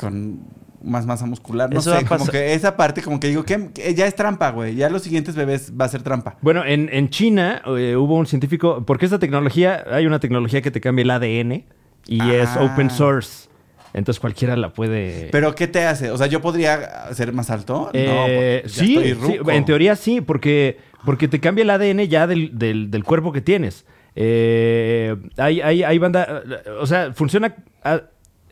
con más masa muscular. No
Eso va
sé,
a
como
pasar-
que esa parte, como que digo, que que ya es trampa, güey. Ya los siguientes bebés va a ser trampa.
Bueno, en, en China eh, hubo un científico, porque esta tecnología, hay una tecnología que te cambia el ADN y es
Ah.
open source. Entonces cualquiera la puede...
Pero, ¿qué te hace? O sea, ¿yo podría ser más alto?
Eh,
pues, ya
sí,
estoy
sí,
ruco.
en teoría sí, porque, porque te cambia el ADN ya del, del- del cuerpo que tienes. Eh, hay, hay- hay banda, o sea, funciona ah,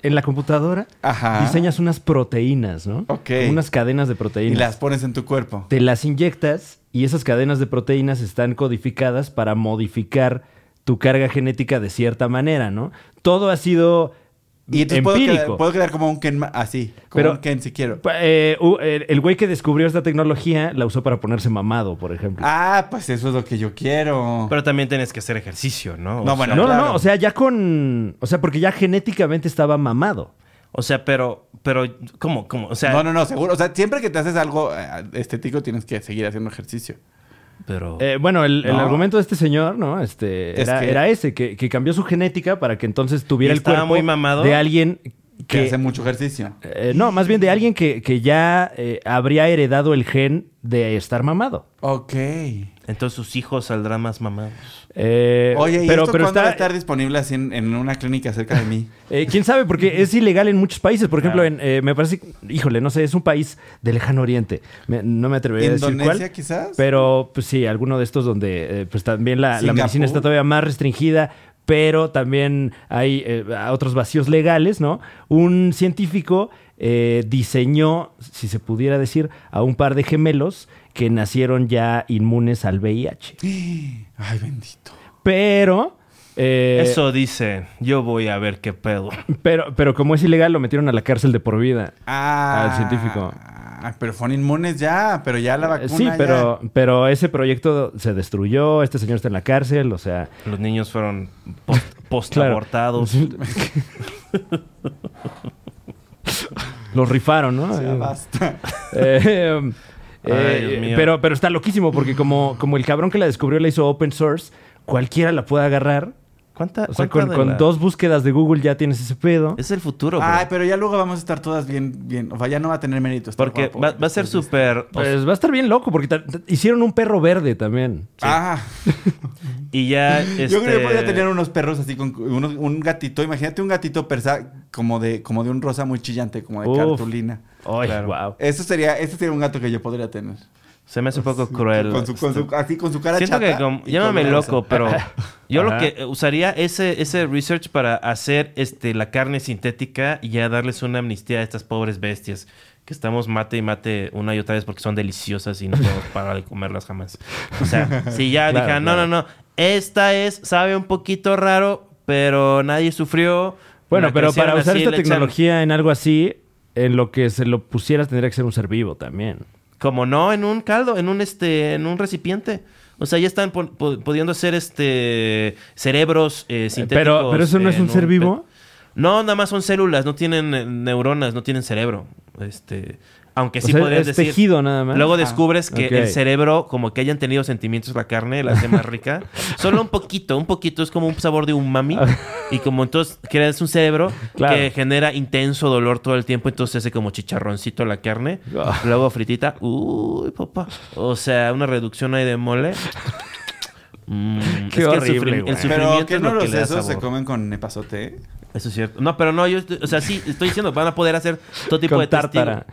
en la computadora,
Ajá.
diseñas unas proteínas, ¿no?
Ok.
Unas cadenas de
Y
proteínas.
las pones en tu cuerpo.
Te las inyectas y esas cadenas de proteínas están codificadas para modificar tu carga genética de cierta manera, ¿no? Todo ha sido
Y entonces puedo
empírico.
quedar, puedo quedar como un Ken ma- así. Como
Pero-
un Ken si quiero.
Pa- eh, u- el el güey que descubrió esta tecnología la usó para ponerse mamado, por ejemplo.
Ah, pues eso es lo que yo quiero.
Pero también tienes que hacer ejercicio, ¿no?
No,
O
bueno,
sea,
no, no,
claro.
no. O sea, ya con. O sea, porque ya genéticamente estaba mamado.
O sea, pero, pero, ¿cómo, cómo? O sea,
no, no, no, seguro. O sea, siempre que te haces algo eh, estético tienes que seguir haciendo ejercicio.
pero...
Eh, bueno, el, el
No.
argumento de este señor, ¿no? Este.
Es
Era,
que-
era ese, que, que cambió su genética para que entonces tuviera
¿Y
el
estaba
cuerpo
muy mamado?
de alguien
Que
que.
hace mucho ejercicio.
eh, no, más bien de alguien que, que ya eh, habría heredado el gen de estar mamado.
Ok.
Entonces sus hijos saldrán más mamados.
Eh,
Oye, ¿y
pero,
esto
pero
cuándo va a
está,
estar disponible así en, en una clínica cerca de mí?
Eh, ¿Quién sabe? Porque es ilegal en muchos países. Por
Ah.
ejemplo, en, eh, me parece, híjole, no sé, es un país de lejano oriente. Me- no me atrevería a decir
¿Indonesia
cuál.
quizás?
Pero pues sí, alguno de estos donde eh, pues también la, la
Singapur.
medicina está todavía más restringida, pero también hay eh, otros vacíos legales, ¿no? Un científico eh, diseñó, si se pudiera decir, a un par de gemelos que nacieron ya inmunes al VIH.
Ay, bendito.
Pero... eh,
Eso dice, yo voy a ver qué pedo.
Pero, pero como es ilegal, lo metieron a la cárcel de por vida.
Ah.
Al científico.
Ah, pero fueron inmunes ya, pero ya la vacuna.
Sí,
ya.
pero, pero ese proyecto se destruyó, este señor está en la cárcel, o sea...
Los niños fueron post-
Claro.
postabortados.
Los rifaron, ¿no?
Ya basta.
Eh, eh,
Ay, Dios mío.
pero, pero está loquísimo porque como, como el cabrón que la descubrió la hizo open source, cualquiera la puede agarrar.
¿Cuánta,
O sea, con,
cuánta de
con
la-
dos búsquedas de Google ya tienes ese pedo.
Es el futuro, bro.
Ay, pero ya luego vamos a estar todas bien, bien. O sea, ya no va a tener mérito. estar
Porque
guapo.
va, va a ser súper... o
Pues va a estar bien loco porque ta- ta- hicieron un perro verde también.
Ah,
Y ya. Este...
yo creo que podría tener unos perros así con unos- un gatito. Imagínate un gatito persa como de, como de un rosa muy chillante, como de
Uf.
cartulina.
Ay,
Claro.
guau.
Eso sería, ese sería un gato que yo podría tener.
Se me hace un poco cruel.
Con su, con su- así con su cara
este, Siento
chata
que como-
y
llámame
con una rosa.
loco, pero yo lo
Ajá.
que eh, usaría ese, ese research para hacer este, la carne sintética y ya darles una amnistía a estas pobres bestias que estamos mate y mate una y otra vez porque son deliciosas y no podemos parar de comerlas jamás. O sea, si ya
Claro,
dijeran,
claro.
no, no, no, esta es, sabe un poquito raro, pero nadie sufrió.
Bueno,
la
pero
crecieron
para usar
así,
esta
le echan-
tecnología en algo así, en lo que se lo pusieras tendría que ser un ser vivo también.
Como no, en un caldo, en un este, en un recipiente. O sea, ya están po- po- pudiendo hacer este cerebros eh, sintéticos.
Pero, pero eso no es
en
un ser vivo.
No, nada más son células, no tienen eh, neuronas, no tienen cerebro. Este, aunque sí
o sea,
podrías
es
decir.
tejido nada más. Ah,
Luego descubres que
ok.
el cerebro, como que hayan tenido sentimientos la carne, la hace más rica. Solo un poquito, un poquito es como un sabor de umami. y como entonces creas un cerebro
Claro.
que genera intenso dolor todo el tiempo, entonces hace como chicharroncito la carne.
Ah.
Luego fritita. Uy, papá. O sea, una reducción ahí de mole. Mm,
Qué
el
horrible,
sufrimi- el,
güey.
sufrimiento
Pero que
es
no
lo que
los
le da
esos se
sabor.
comen con ¿eh? epazote.
Eso es cierto. No, pero no, yo, estoy- o sea, sí, estoy diciendo, van a poder hacer todo tipo
Con
de testigo.
tártara.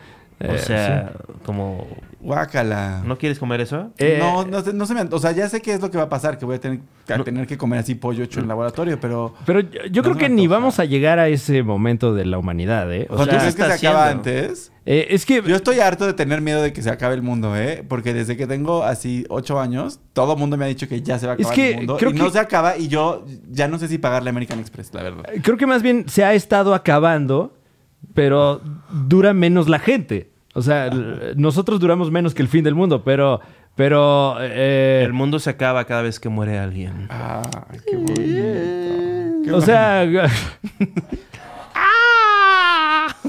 Eh,
o sea, como,
Guácala.
¿no quieres comer eso?
Eh,
no, no, sé- no se me... O sea, ya sé qué es lo que va a pasar, que voy a tener, a tener que comer así pollo
Mm.
hecho en el laboratorio, pero...
Pero yo, yo
No
creo
se
que
me
ni
antoja.
vamos a llegar a ese momento de la humanidad, ¿eh? O
O sea,
sea,
¿tú
se
crees que se
está
acaba
haciendo.
antes?
eh, es que...
Yo estoy harto de tener miedo de que se acabe el mundo, ¿eh? Porque desde que tengo así ocho años, todo el mundo me ha dicho que ya se va a
Es
acabar
que
el mundo.
creo
y no
que-
se acaba y yo ya no sé si pagarle a American Express, la verdad.
Creo que más bien se ha estado acabando, pero dura menos la gente. O sea, l- nosotros duramos menos que el fin del mundo, pero... Pero... eh,
El mundo se acaba cada vez que muere alguien.
Ah, qué bonito. Qué
o sea...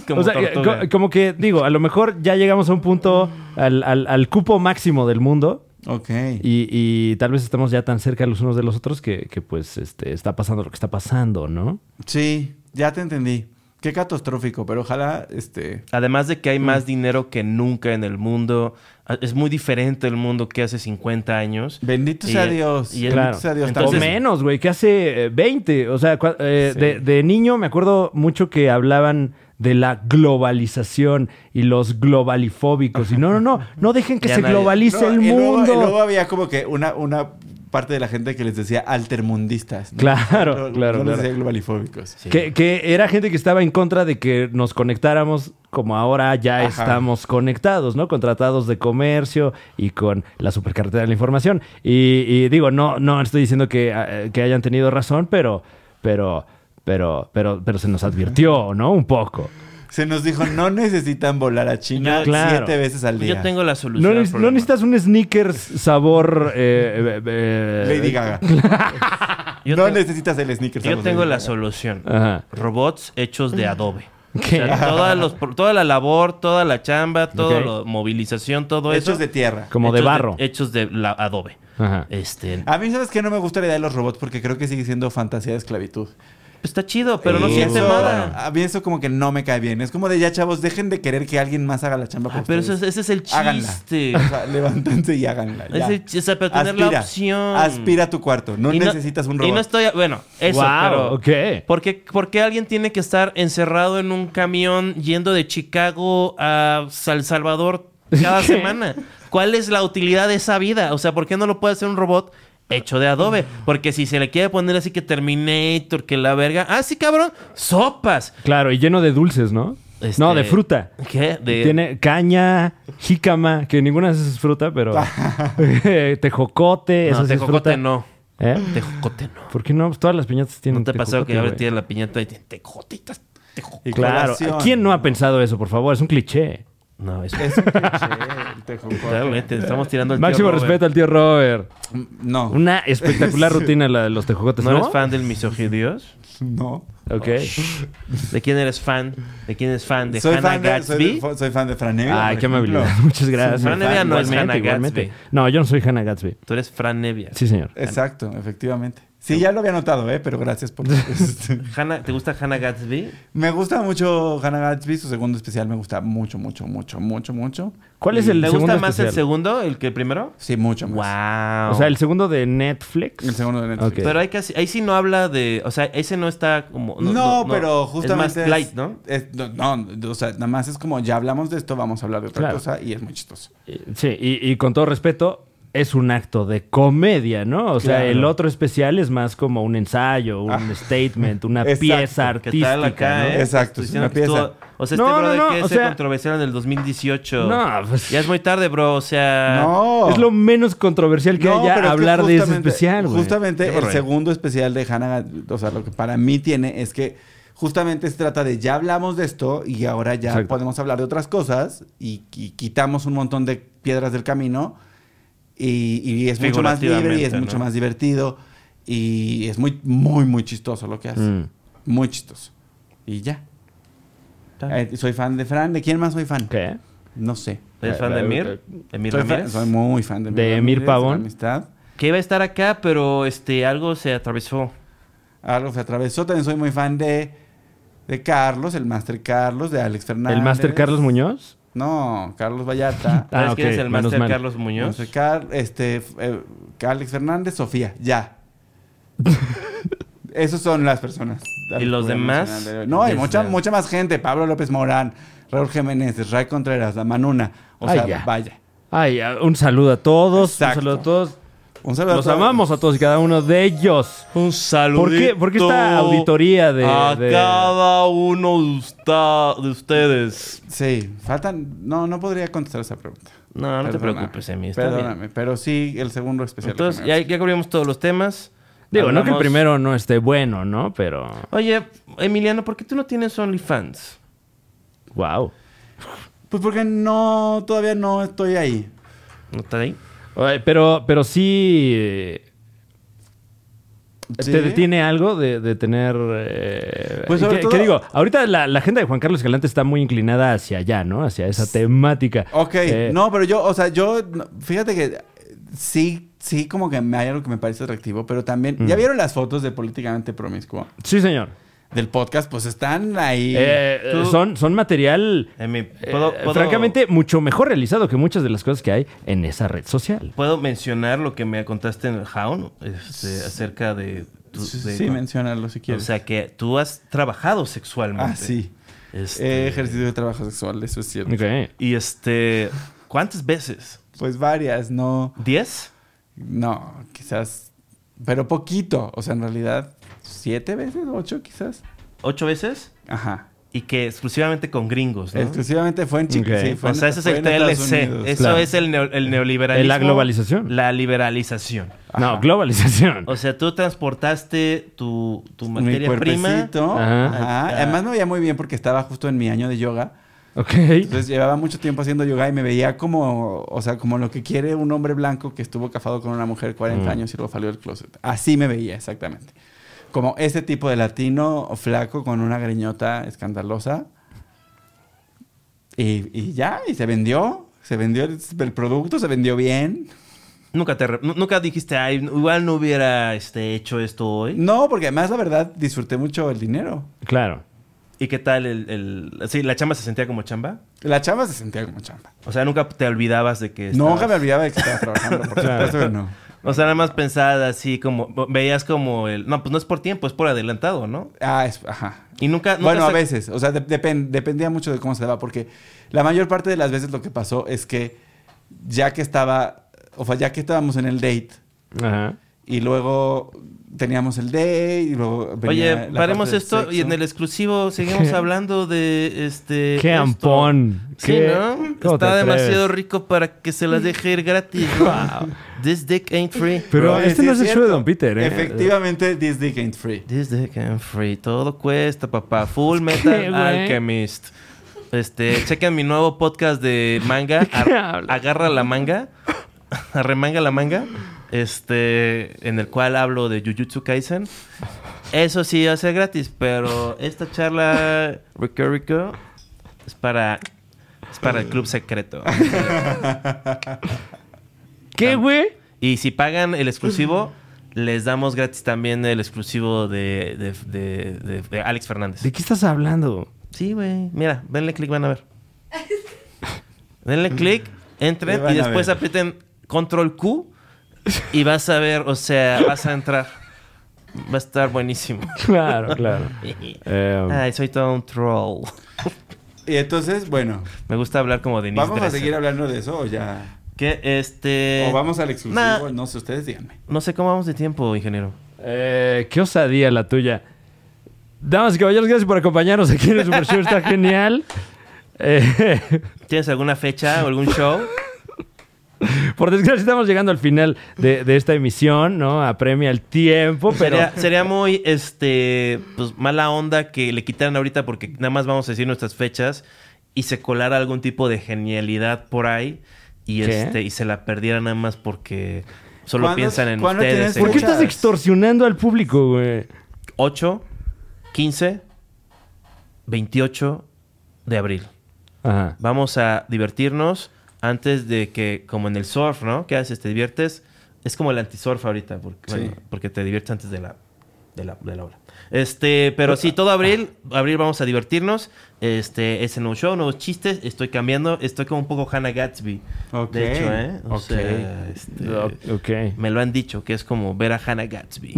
Como
o sea,
tortuga.
co- como que digo, a lo mejor ya llegamos a un punto, al, al- al cupo máximo del mundo.
Ok.
Y, y tal vez estamos ya tan cerca los unos de los otros que, que, pues este, está pasando lo que está pasando, ¿no?
Sí, ya te entendí. Qué catastrófico, pero ojalá, este...
Además de que hay
Mm.
más dinero que nunca en el mundo, a- es muy diferente el mundo que hace 50 años.
Bendito
Y-
sea Dios.
y el-
Bendito sea Dios
o
Entonces-
también.
menos, güey, que hace eh, 20. O sea, cua- eh, de, de niño me acuerdo mucho que hablaban de la globalización y los globalifóbicos. Y no, no, no, no dejen que
Ya
se
nadie-
globalice
No,
el
y luego-
mundo.
y luego había como que una, una parte de la gente que les decía altermundistas. ¿no?
Claro,
No-
claro,
No les
claro.
decía globalifóbicos.
Que, que era gente que estaba en contra de que nos conectáramos como ahora ya
Ajá.
estamos conectados, ¿no? Con tratados de comercio y con la supercarretera de la información. Y, y digo, no, no estoy diciendo que, eh, que hayan tenido razón, pero, pero, pero, pero, pero se nos advirtió, ¿no? Un poco.
Se nos dijo, no necesitan volar a China
Yo- claro.
siete veces al día.
Yo tengo la solución.
No,
al
neces- no
problema.
necesitas un sneakers sabor... eh, eh, eh,
Lady Gaga.
Yo
no
tengo-
necesitas el sneaker.
Yo
somos
tengo
Lady
la
Gaga.
solución.
Ajá.
Robots hechos de adobe. O
Ah. ¿Qué?
sea, todas los pro- toda la labor, toda la chamba, toda
Ok.
la movilización, todo eso.
Hechos de tierra.
Como de
hechos
barro.
hechos de la- adobe.
Ajá.
Este,
Ah.
A mí, ¿sabes que No me gusta la idea de los robots porque creo que sigue siendo fantasía de esclavitud.
está chido, pero no
Y
siente
eso-
nada.
A mí eso como que no me cae bien. Es como de ya, chavos, dejen de querer que alguien más haga la chamba por
Ah, Pero eso
ustedes.
es- ese es el
Háganla.
chiste.
O sea, levántense y háganla.
Es
ya.
el chiste, o sea, pero tener la opción.
Aspira a tu cuarto. No
Y
necesitas un robot.
Y no estoy. Bueno, eso,
Wow,
pero.
ok.
¿por qué, por qué alguien tiene que estar encerrado en un camión yendo de Chicago a San Salvador cada
¿Qué?
semana? ¿Cuál es la utilidad de esa vida? O sea, ¿por qué no lo puede hacer un robot hecho de adobe? Porque si se le quiere poner así que Terminator, que la verga. Ah, sí, cabrón. Sopas.
Claro, y lleno de dulces, ¿no?
Este- eh,
No, de fruta.
¿Qué? De-
Tiene caña, jícama, que ninguna de esas es fruta, pero. Eh, tejocote,
No,
eso sí es
tejocote
fruta.
no.
¿Eh?
Tejocote no.
¿Por qué no? Pues todas las piñatas tienen.
¿No te ha pasado que
tejocote,
ahora
güey.
tiene la piñata y tiene tejotitas? Tejocote.
Y
Claro.
colación.
¿Quién no ha pensado eso, por favor? Es un cliché.
No, es.
Es un cliché, el tejocote.
Totalmente, estamos tirando el
Máximo respeto al tío Robert.
No.
Una espectacular rutina la de los tejocotes,
¿No,
¿no?
eres fan Oh, del misogidios?
No.
Ok.
¿De quién eres fan? ¿De quién es fan? ¿De
soy,
Hannah
fan de, soy,
Gatsby?
de- soy fan de Fran Evia,
Ay,
por
Ah, qué
ejemplo.
amabilidad. Muchas gracias.
Fran Evia no es
Igualmente,
Hannah
igualmente.
Gatsby.
No, yo no soy Hannah Gatsby.
Tú eres Fran Nevia.
Sí, señor.
Exacto, efectivamente. Sí, ya lo había notado, ¿eh? Pero gracias por... este.
Hannah- ¿Te gusta Hannah Gatsby?
me gusta mucho Hannah Gatsby. Su segundo especial me gusta mucho, mucho, mucho, mucho, mucho.
¿Cuál es el
¿Te
segundo
gusta más el
especial?
segundo, el que el primero?
Sí, mucho más.
Wow.
O sea, el segundo de Netflix.
El segundo de Netflix.
Ok.
Pero hay casi, ahí sí no habla de. O sea, ese no está como.
No, pero justamente...
Es más light, ¿no?
es- no, no, o sea, nada más es como ya hablamos de esto, vamos a hablar de otra
Claro.
cosa y es muy chistoso.
Eh, Sí, y, y con todo respeto, es un acto de comedia, ¿no? O sea,
Claro. Ah.
el otro especial es más como un ensayo, un statement, una
exacto.
pieza
¿Qué
artística.
tal acá,
¿no?
eh?
Exacto,
Estoy
es
diciendo
una
que
pieza.
estuvo- O sea, este
No, no,
brother
no,
que
o
es
sea-
controversial en el 2018.
No, pues-
Ya es muy tarde, bro. O sea.
No.
Ah, Es lo menos controversial que
¿eh? No,
haya
pero es que
hablar de ese
justamente-
especial, güey.
Justamente el
horror.
segundo especial de Hannah, o sea, lo que para mí tiene es que justamente se trata de ya hablamos de esto y ahora ya
Exacto.
podemos hablar de otras cosas y, y quitamos un montón de piedras del camino y, y es mucho más libre y es
Figurativamente,
mucho
¿no?
más divertido y es muy, muy, muy chistoso lo que hace.
Mm.
Muy chistoso. Y ya. Eh, soy fan de Fran. ¿De quién más soy fan?
¿Qué?
No sé.
pues,
¿Eres fan de Emir? Emir
Soy, fan-
Ramírez.
soy muy fan de
De Emir
Ramírez,
Pavón.
la Amistad.
Que iba a estar acá, pero este algo se atravesó.
Algo se atravesó. También soy muy fan de, de Carlos, el Master Carlos, de Alex Fernández.
¿El Master Carlos Muñoz?
No, Carlos
Ah,
Vallarta.
¿Sabes quién
ok,
es el
menos
máster
mal.
Carlos Muñoz?
Master Car- este, f- eh, Alex Fernández, Sofía, ya. Esos son las personas.
¿Y los demás?
No, hay
Desde-
mucha, mucha más gente. Pablo López Morán, Raúl Jiménez, Ray Contreras, La Manuna. O
Ay,
sea,
ya.
vaya.
Ay, ah, un saludo a todos.
Exacto.
Un saludo a todos.
Un saludo a
Los
todos.
amamos a todos y cada uno de ellos.
Un saludo.
¿Por qué, por qué esta auditoría de,
a
de-
cada uno de, usta- de ustedes?
Sí, faltan. No, no podría contestar esa pregunta.
No, no te
Perdóname.
preocupes, Emi. está bien.
Perdóname, pero sí el segundo especial. que
Entonces,
me
ya,
hace.
ya cubrimos todos los temas.
Digo, no que el
Hablamos-
primero no esté bueno, ¿no? Pero...
Oye, Emiliano, ¿por qué tú no tienes OnlyFans?
Wow.
Pues porque no, todavía no estoy ahí.
¿No está ahí?
Ay, Pero, pero sí. eh,
Sí.
¿Te detiene algo de, de tener... eh,
Pues, sobre
¿qué-
todo-
qué digo? Ahorita la, la agenda de Juan Carlos Escalante está muy inclinada hacia allá, ¿no? Hacia esa temática.
Ok,
Eh,
no, pero yo, o sea, yo, no, fíjate que eh, sí, sí, como que me hay algo que me parece atractivo, pero también,
Mm.
¿ya vieron las fotos de Políticamente Promiscuo?
Sí, señor.
Del podcast, pues están ahí.
Eh,
tú-
son, son material...
Eh, mi-
eh,
¿puedo- puedo-
Francamente, mucho mejor realizado que muchas de las cosas que hay en esa red social.
¿Puedo mencionar lo que me contaste en el Jaun este, acerca de... tu-
sí,
de-
sí, menciónalo si
o
quieres.
sea, que tú has trabajado sexualmente.
ah, sí.
Este,
Eh, ejercicio de trabajo sexual, eso es cierto.
Ok.
Y este... ¿Cuántas veces?
Pues varias, no,
¿Diez?
no, quizás, pero poquito, o sea, en realidad, siete veces, ocho quizás.
¿Ocho veces?
Ajá.
Y que exclusivamente con gringos, ¿no?
Exclusivamente fue en Chicago.
Ok.
sí, fue
o
en-
sea, ese es
fue
el
en Estados
TLC.
Unidos.
Eso
claro.
es el, neo- el neoliberalismo.
La globalización.
La liberalización.
No, globalización.
O sea, tú transportaste tu, tu materia
mi
prima.
cuerpecito.
Ajá.
Ajá. Además me veía muy bien porque estaba justo en mi año de yoga.
ok.
Entonces llevaba mucho tiempo haciendo yoga y me veía como, o sea, como lo que quiere un hombre blanco que estuvo casado con una mujer 40
Mm.
años y luego salió del closet. Así me veía exactamente. Como ese tipo de latino flaco con una greñota escandalosa. Y, y ya, y se vendió. Se vendió el, el producto, se vendió bien.
Nunca, te, re- nu- nunca dijiste, ay, igual no hubiera este, hecho esto hoy.
No, porque además la verdad disfruté mucho el dinero.
Claro.
¿Y qué tal el, el- Sí, la chamba se sentía como chamba.
La chamba se sentía como chamba.
O sea, nunca te olvidabas de que.
No,
estabas-
Nunca me olvidaba de que estaba trabajando, por
Claro.
supuesto que no.
O sea, nada más pensada así como. Veías como el. No, pues no es por tiempo, es por adelantado, ¿no?
Ah, es- ajá.
Y nunca. nunca
Bueno, a
se-
veces, o sea, de- depen- dependía mucho de cómo se daba, porque la mayor parte de las veces lo que pasó es que ya que estaba, o sea, ya que estábamos en el date
Ajá.
y luego teníamos el date y luego... venía
Oye,
la
paremos
parte del
esto y
sexo.
en el exclusivo seguimos
¿Qué?
hablando de este.
Qué
esto.
ampón.
Sí,
Qué-
¿no?
¿Cómo te
Está demasiado
atreves?
rico para que se las deje ir gratis. ¿no? This dick ain't free.
Pero
Oye,
este
sí
no es el show de
cierto.
Don Peter, ¿eh?
Efectivamente, this dick ain't free.
This dick ain't free. Todo cuesta, papá. Full Metal
güey?
Alchemist. Este, chequen mi nuevo podcast de manga.
¿De qué
Ar-
hablas?
agarra la manga. Arremanga la manga. Este, en el cual hablo de Jujutsu Kaisen. Eso sí va a ser gratis, pero esta charla Rico Rico es para es para el club secreto.
¿Qué, güey?
Y si pagan el exclusivo, les damos gratis también el exclusivo de, de, de- de- de Alex Fernández.
¿De qué estás hablando?
Sí, güey. Mira, denle clic, van a ver. Denle clic, entren
Le van
y
a
después
ver.
aprieten control Q y vas a ver, o sea, vas a entrar. Va a estar buenísimo.
Claro, claro. Eh,
Ah.
Ay, soy todo un troll.
Y entonces, bueno,
Me gusta hablar como de
¿vamos a seguir hablando de eso o ya?
Que este.
o vamos al exclusivo,
nah.
no sé, ustedes díganme.
No sé cómo vamos de tiempo, ingeniero.
eh, qué osadía la tuya. Damas y caballeros, gracias por acompañarnos aquí en el Super Show. Está genial. Eh,
¿Tienes alguna fecha o algún show?
por desgracia, estamos llegando al final de, de esta emisión, ¿no? Apremia el tiempo, pero...
Sería, sería muy este pues mala onda que le quitaran ahorita porque nada más vamos a decir nuestras fechas y se colara algún tipo de genialidad por ahí y
¿Qué?
este y se la perdieran nada más porque solo
¿Cuándo-
piensan en
cuándo
ustedes.
tienes
en
¿Por qué
muchas-
estás extorsionando al público, güey?
8, 15, 28 de abril.
Ajá.
Vamos a divertirnos antes de que como en el surf, ¿no? ¿Qué haces? ¿Te diviertes? Es como el antisurf ahorita porque,
Sí.
bueno, porque te diviertes antes de la de la, de la hora. Este, pero sí, todo abril, abril vamos a divertirnos. Este, es el nuevo show, nuevos chistes. Estoy cambiando, estoy como un poco Hannah Gatsby.
Ok,
De hecho, ¿eh? O
ok.
sea, este,
Ok.
me lo han dicho que es como ver a Hannah Gatsby.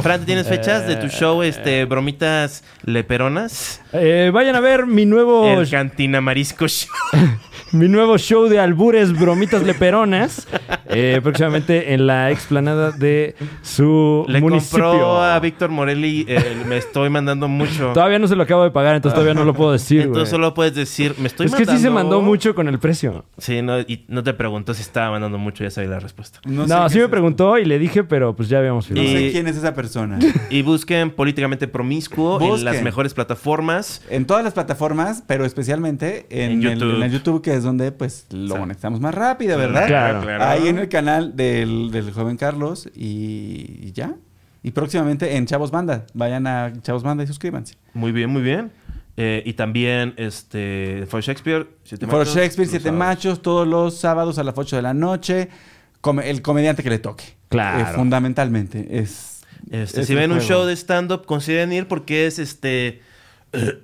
Fran, ¿tú ¿tienes fechas de tu show,
Eh.
este, bromitas leperonas?
Eh, vayan a ver mi nuevo...
El Cantina Marisco Show.
Mi nuevo show de albures, bromitas leperonas, eh, próximamente en la explanada de su
Le
municipio.
compró a Víctor Morelli, eh, me estoy mandando mucho.
Todavía no se lo acabo de pagar, entonces todavía no lo puedo decir. güey.
Entonces solo puedes decir, me estoy
es que
mandando.
sí se mandó mucho con el precio.
Sí, no, y no te preguntó si estaba mandando mucho, ya sabía la respuesta.
No,
sé qué
sí me
es-
preguntó y le dije, pero pues ya habíamos
No
firmado.
Y-
sé quién es esa persona.
Y busquen políticamente promiscuo en
Busquen.
las mejores plataformas.
En todas las plataformas, pero especialmente en,
En
el-
YouTube.
en el YouTube, que es donde pues lo conectamos más rápido, ¿verdad?
Claro.
Ahí en el canal del, del joven Carlos y, y ya. Y próximamente en Chavos Banda. Vayan a Chavos Banda y suscríbanse.
Muy bien, muy bien. Eh, y también, este, For Shakespeare, Siete
For
Machos,
Shakespeare,
los
Siete
sábados.
Machos, todos los sábados a las 8 de la noche. Come- el comediante que le toque.
Claro.
Eh, fundamentalmente. Es,
Este,
es
si
el
ven un
juego.
show de stand-up, consideren ir porque es este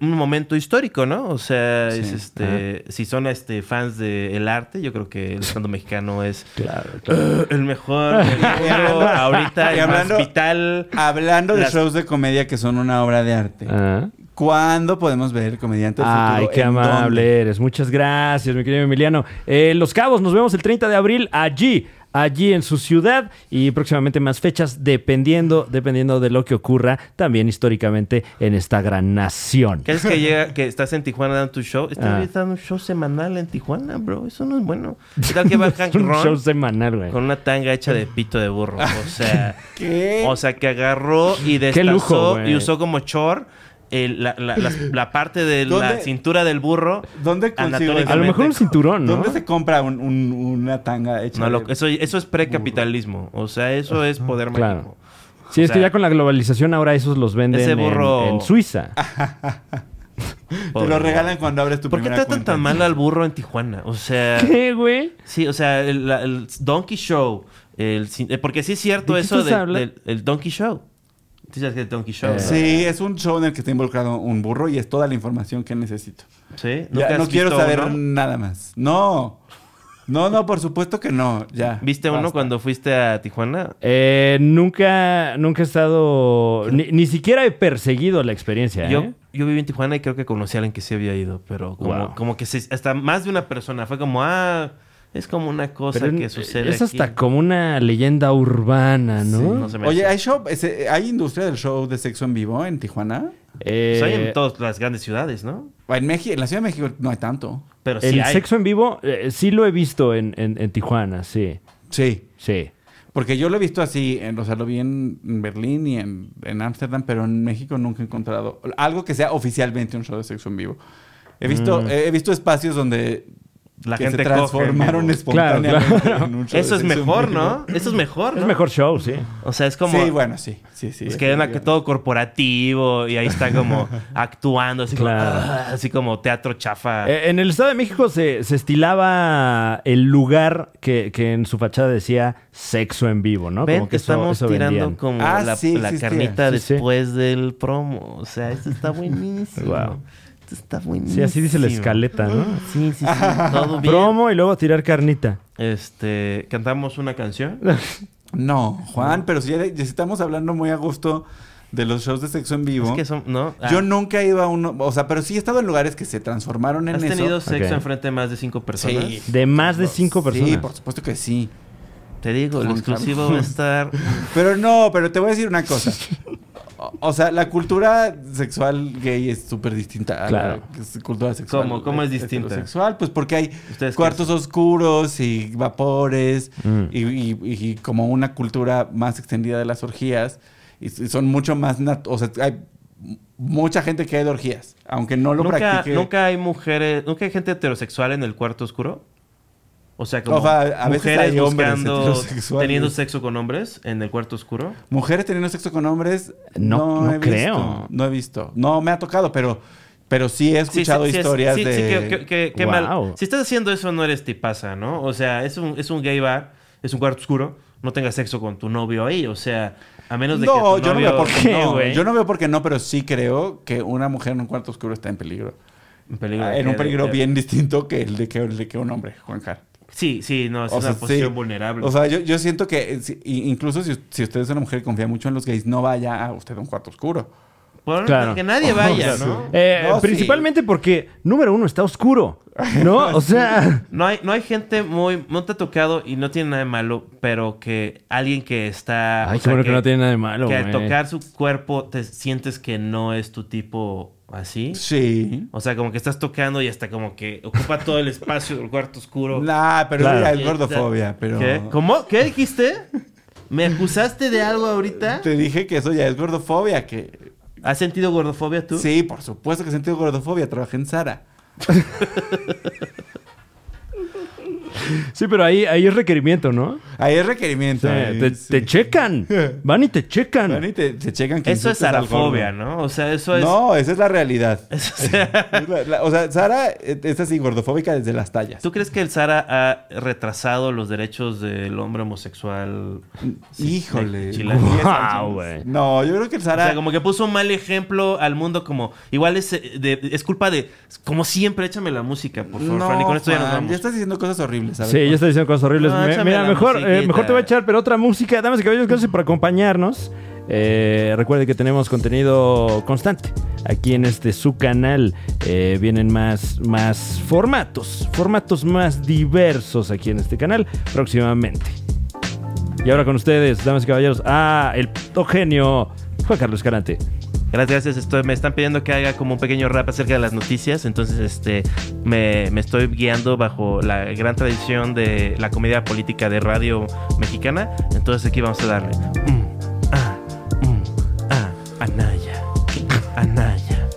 un momento histórico, ¿no? O sea, es
Sí.
este. Si son este fans del arte, yo creo que el stand-up mexicano es eh,
Claro, claro.
el mejor del mundo,
hablando-
ahorita,
y
el más
hablando-
vital.
Hablando de
Las-
shows de comedia que son una obra de arte.
Ah.
¿Cuándo podemos ver el comediante del
Ay,
este futuro?
qué
¿En
amable
dónde?
eres. Muchas gracias, mi querido Emiliano. Eh, Los Cabos, nos vemos el 30 de abril allí, allí en su ciudad y próximamente más fechas dependiendo, dependiendo de lo que ocurra también históricamente en esta gran nación.
¿Qué es que llega, que estás en Tijuana dando tu show? Estás
Ah.
ahorita dando un show semanal en Tijuana, bro. Eso no es bueno. ¿Qué tal que va Hank
Un
Ron
show semanal, güey.
con una tanga hecha de pito de burro? O sea.
¿Qué?
O sea, que agarró y destazó
lujo, güey.
y usó como chor el- la, la- las- la parte de la
¿Dónde-
cintura del burro.
¿Dónde consigues?
A lo mejor un cinturón, ¿no?
¿Dónde se compra un- un- una tanga hecha?
No, lo-
de-
eso, eso es precapitalismo. O sea, eso es poder
Claro.
mágico.
Sí, es
O
que
sea,
ya con la globalización ahora esos los venden
ese
en-
burro- Ah.
en, Suiza.
Te
Pobre
lo
burro.
regalan cuando abres tu
¿Por qué
primera
tratan
cuenta.
tan mal al burro en Tijuana? O sea,
¿Qué, güey?
sí, o sea, el, la- el Donkey Show. el cin- eh, porque sí es cierto
¿De qué
eso
estás
de-
habla- Eh,
del el Donkey Show. ¿Tú sabes que el Donkey Show? ¿no?
Sí, es un show en el que está involucrado un burro y es toda la información que necesito.
¿Sí?
Ya,
¿Nunca has
no quiero
visto
saber
uno?
nada más. No. No, no, por supuesto que no. Ya.
¿Viste uno
Basta.
cuando fuiste a Tijuana?
Eh, nunca, nunca he estado, ni, ni siquiera he perseguido la experiencia.
Yo,
¿eh?
yo viví en Tijuana y creo que conocí a alguien que sí había ido, pero como,
Wow.
como que se- hasta más de una persona fue como, ah, es como una cosa
Pero
que
en-
sucede.
es hasta
aquí".
como una leyenda urbana, ¿no?
Sí, no se me
Oye,
hace.
¿hay, show, ese- ¿hay industria del show de sexo en vivo en Tijuana?
Eh,
Pues hay en todas las grandes ciudades, ¿no?
En, México, en la Ciudad de México no hay tanto.
Pero sí
el
hay.
sexo en vivo eh, sí lo he visto en, en- en Tijuana, sí,
Sí.
sí.
Porque yo lo he visto así, en, o sea, lo vi en en Berlín y en en Ámsterdam, pero en México nunca he encontrado algo que sea oficialmente un show de sexo en vivo. He visto, he visto espacios donde
Mm. La
que
gente
se
coge en
transformaron
vivo.
espontáneamente en un show
Eso es
de sexo en
mejor,
vivo.
¿no? Eso es mejor, ¿no?
Es mejor show, sí.
O sea, es como...
Sí, bueno, sí, sí, sí.
Es que hay una que todo corporativo y ahí está como actuando, así,
Claro.
como, "Ah", así como teatro chafa.
Eh, en el Estado de México se, se estilaba el lugar que, que en su fachada decía sexo en vivo, ¿no?
Ven,
Ah, Como que eso-
estamos
eso
tirando
vendían.
como
Ah,
la,
sí,
la
existía.
carnita
Sí, sí.
después del promo. O sea, esto está buenísimo.
Guau.
Esto está buenísimo. Ah,
Sí, así dice la escaleta, ¿no?
Sí, sí, sí. Todo bien.
Promo y luego tirar carnita.
Este, cantamos una canción.
No, Juan, pero si ya, ya estamos hablando muy a gusto de los shows de sexo en vivo.
Es que son, ¿no? Ah,
Yo nunca he ido a uno, o sea, pero sí he estado en lugares que se transformaron en
¿Has
eso.
tenido sexo
Ok.
enfrente de más de cinco personas?
Sí.
De más de cinco personas.
Sí, por supuesto que sí.
Te digo, el
Juan
exclusivo
Carlos.
va a estar...
Pero no, pero te voy a decir una cosa. O, o sea, la cultura sexual gay es súper distinta a
Claro.
la que- cultura sexual.
¿Cómo? ¿Cómo es distinta?
Sexual, pues porque hay
¿Ustedes
cuartos oscuros y vapores
Mm.
y, y- y como una cultura más extendida de las orgías. Y, s- son mucho más... nat- o sea, hay m- mucha gente que hay de orgías, aunque no lo
¿Nunca,
practique.
nunca hay mujeres... ¿Nunca hay gente heterosexual en el cuarto oscuro? O sea, como
O sea, a veces
mujeres
hay hombres
buscando...
heterosexuales.
Teniendo sexo con hombres en el cuarto oscuro.
Mujeres teniendo sexo con hombres,
No-
no,
no
he
creo.
visto. No he visto. No me ha tocado, pero, pero sí he
Sí, sí,
escuchado
sí, es-
historias
sí, sí,
de.
que- que- que- qué mal.
Guau.
Si estás haciendo eso, no eres tipaza, ¿no? O sea, es un, es un gay bar, es un cuarto oscuro. No tengas sexo con tu novio ahí, o sea, a menos de que.
No,
tu
yo no
novio-
veo por qué no.
güey?
Yo no veo por qué no, pero sí creo que una mujer en un cuarto oscuro está en peligro. Ah,
En peligro de
en
que-
un peligro
de-
bien distinto que el de que, el de que un hombre, Juan Carlos.
Sí, sí, no, es una posición vulnerable.
O sea, yo, yo siento que eh, si- i- incluso si, si usted es una mujer que confía mucho en los gays, no vaya a usted a un cuarto oscuro.
Por-
claro.
Que nadie vaya, ¿no?
Eh,
No, sí.
principalmente porque, número uno, está oscuro, ¿no? O sea,
No hay, no hay gente muy. No te ha tocado y no tiene nada de malo, pero que alguien que está.
Ay,
o
qué bueno que no tiene nada de malo,
Que
güey.
al tocar su cuerpo te sientes que no es tu tipo así.
Sí.
O sea, como que estás tocando y hasta como que ocupa todo el espacio del cuarto oscuro.
Nah, pero
Claro.
mira, es gordofobia, pero.
¿Qué? ¿Cómo? ¿Qué dijiste? ¿Me acusaste de algo ahorita?
Te dije que eso ya es gordofobia, que
¿Has sentido gordofobia tú?
Sí, por supuesto que he sentido gordofobia. Trabajé en Sara.
Sí, pero ahí, ahí es requerimiento, ¿no?
Ahí es requerimiento.
Sí,
ahí,
te,
sí.
te checan. Van y te checan.
Van y te, te checan que
Eso es
insultes al
arafobia,
gordo.
¿no? O sea, eso es.
No, esa es la realidad.
eso es-
Es la- la- o sea, Sara eh, es así gordofóbica desde las tallas.
¿Tú crees que el Sara ha retrasado los derechos del hombre homosexual? Sí,
Híjole.
de Chilango.
Guau,
Guau,
Ah, güey.
No, yo creo que el
O
Sara.
sea, como que puso un mal ejemplo al mundo, como igual es, eh, de- es culpa de, como siempre, échame la música, por favor,
no,
Fran, y con esto ya nos
Juan,
vamos.
estás diciendo cosas horribles, ¿sabes?
Sí, ya está diciendo cosas horribles.
No,
Me-
échame
mira,
la
mejor, eh,
musiquita.
mejor te voy a echar, pero otra música. Damas y caballeros, gracias por acompañarnos. Eh, recuerde que tenemos contenido constante aquí en este su canal. Eh, vienen más, más formatos, formatos más diversos aquí en este canal próximamente. Y ahora con ustedes, damas y caballeros, a el puto genio Juan Carlos Carante.
Gracias, gracias. Estoy- me están pidiendo que haga como un pequeño rap acerca de las noticias. Entonces, este, me, me estoy guiando bajo la gran tradición de la comedia política de radio mexicana. Entonces, aquí vamos a darle. Mm, ah, mm, ah, Anaya, Mm, Anaya.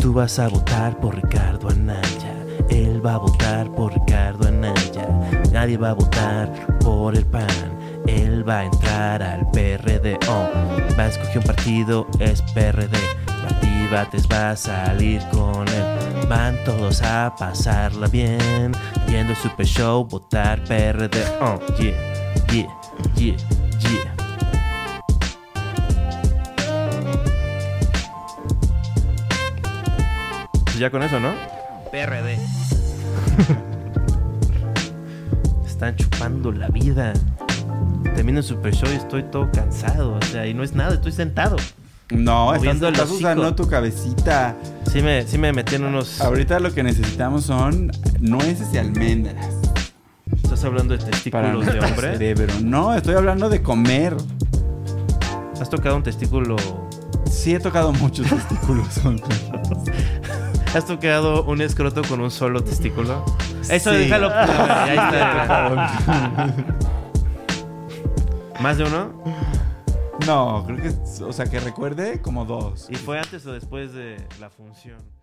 Tú vas a votar por Ricardo Anaya. Él va a votar por Ricardo Anaya. Nadie va a votar por el PAN. Él va a entrar al PRD. Oh, va a escoger un partido, es PRD. Bates va a salir con él. Van todos a pasarla bien. Viendo el Super Show, votar PRD. Oh, yeah, yeah, yeah, yeah. Pues ya con eso, ¿no? PRD. Están chupando la vida. Termino el Super Show y estoy todo cansado. O sea, y no es nada, estoy sentado.
No, estás,
Moviendo el
estás
hocico.
usando tu cabecita.
Sí me, sí me metí en unos...
Ahorita lo que necesitamos son nueces y almendras.
Estás hablando de
Para
testículos de
nuestro
hombre.
cerebro. No, estoy hablando de comer.
Has tocado un testículo...
Sí he tocado muchos testículos. Antonio.
Has tocado un escroto con un solo testículo. Eso
Sí.
déjalo. pues, Ahí está. ¿Más de uno?
No, creo que, o sea, que recuerde como dos.
¿Y fue antes o después de la función?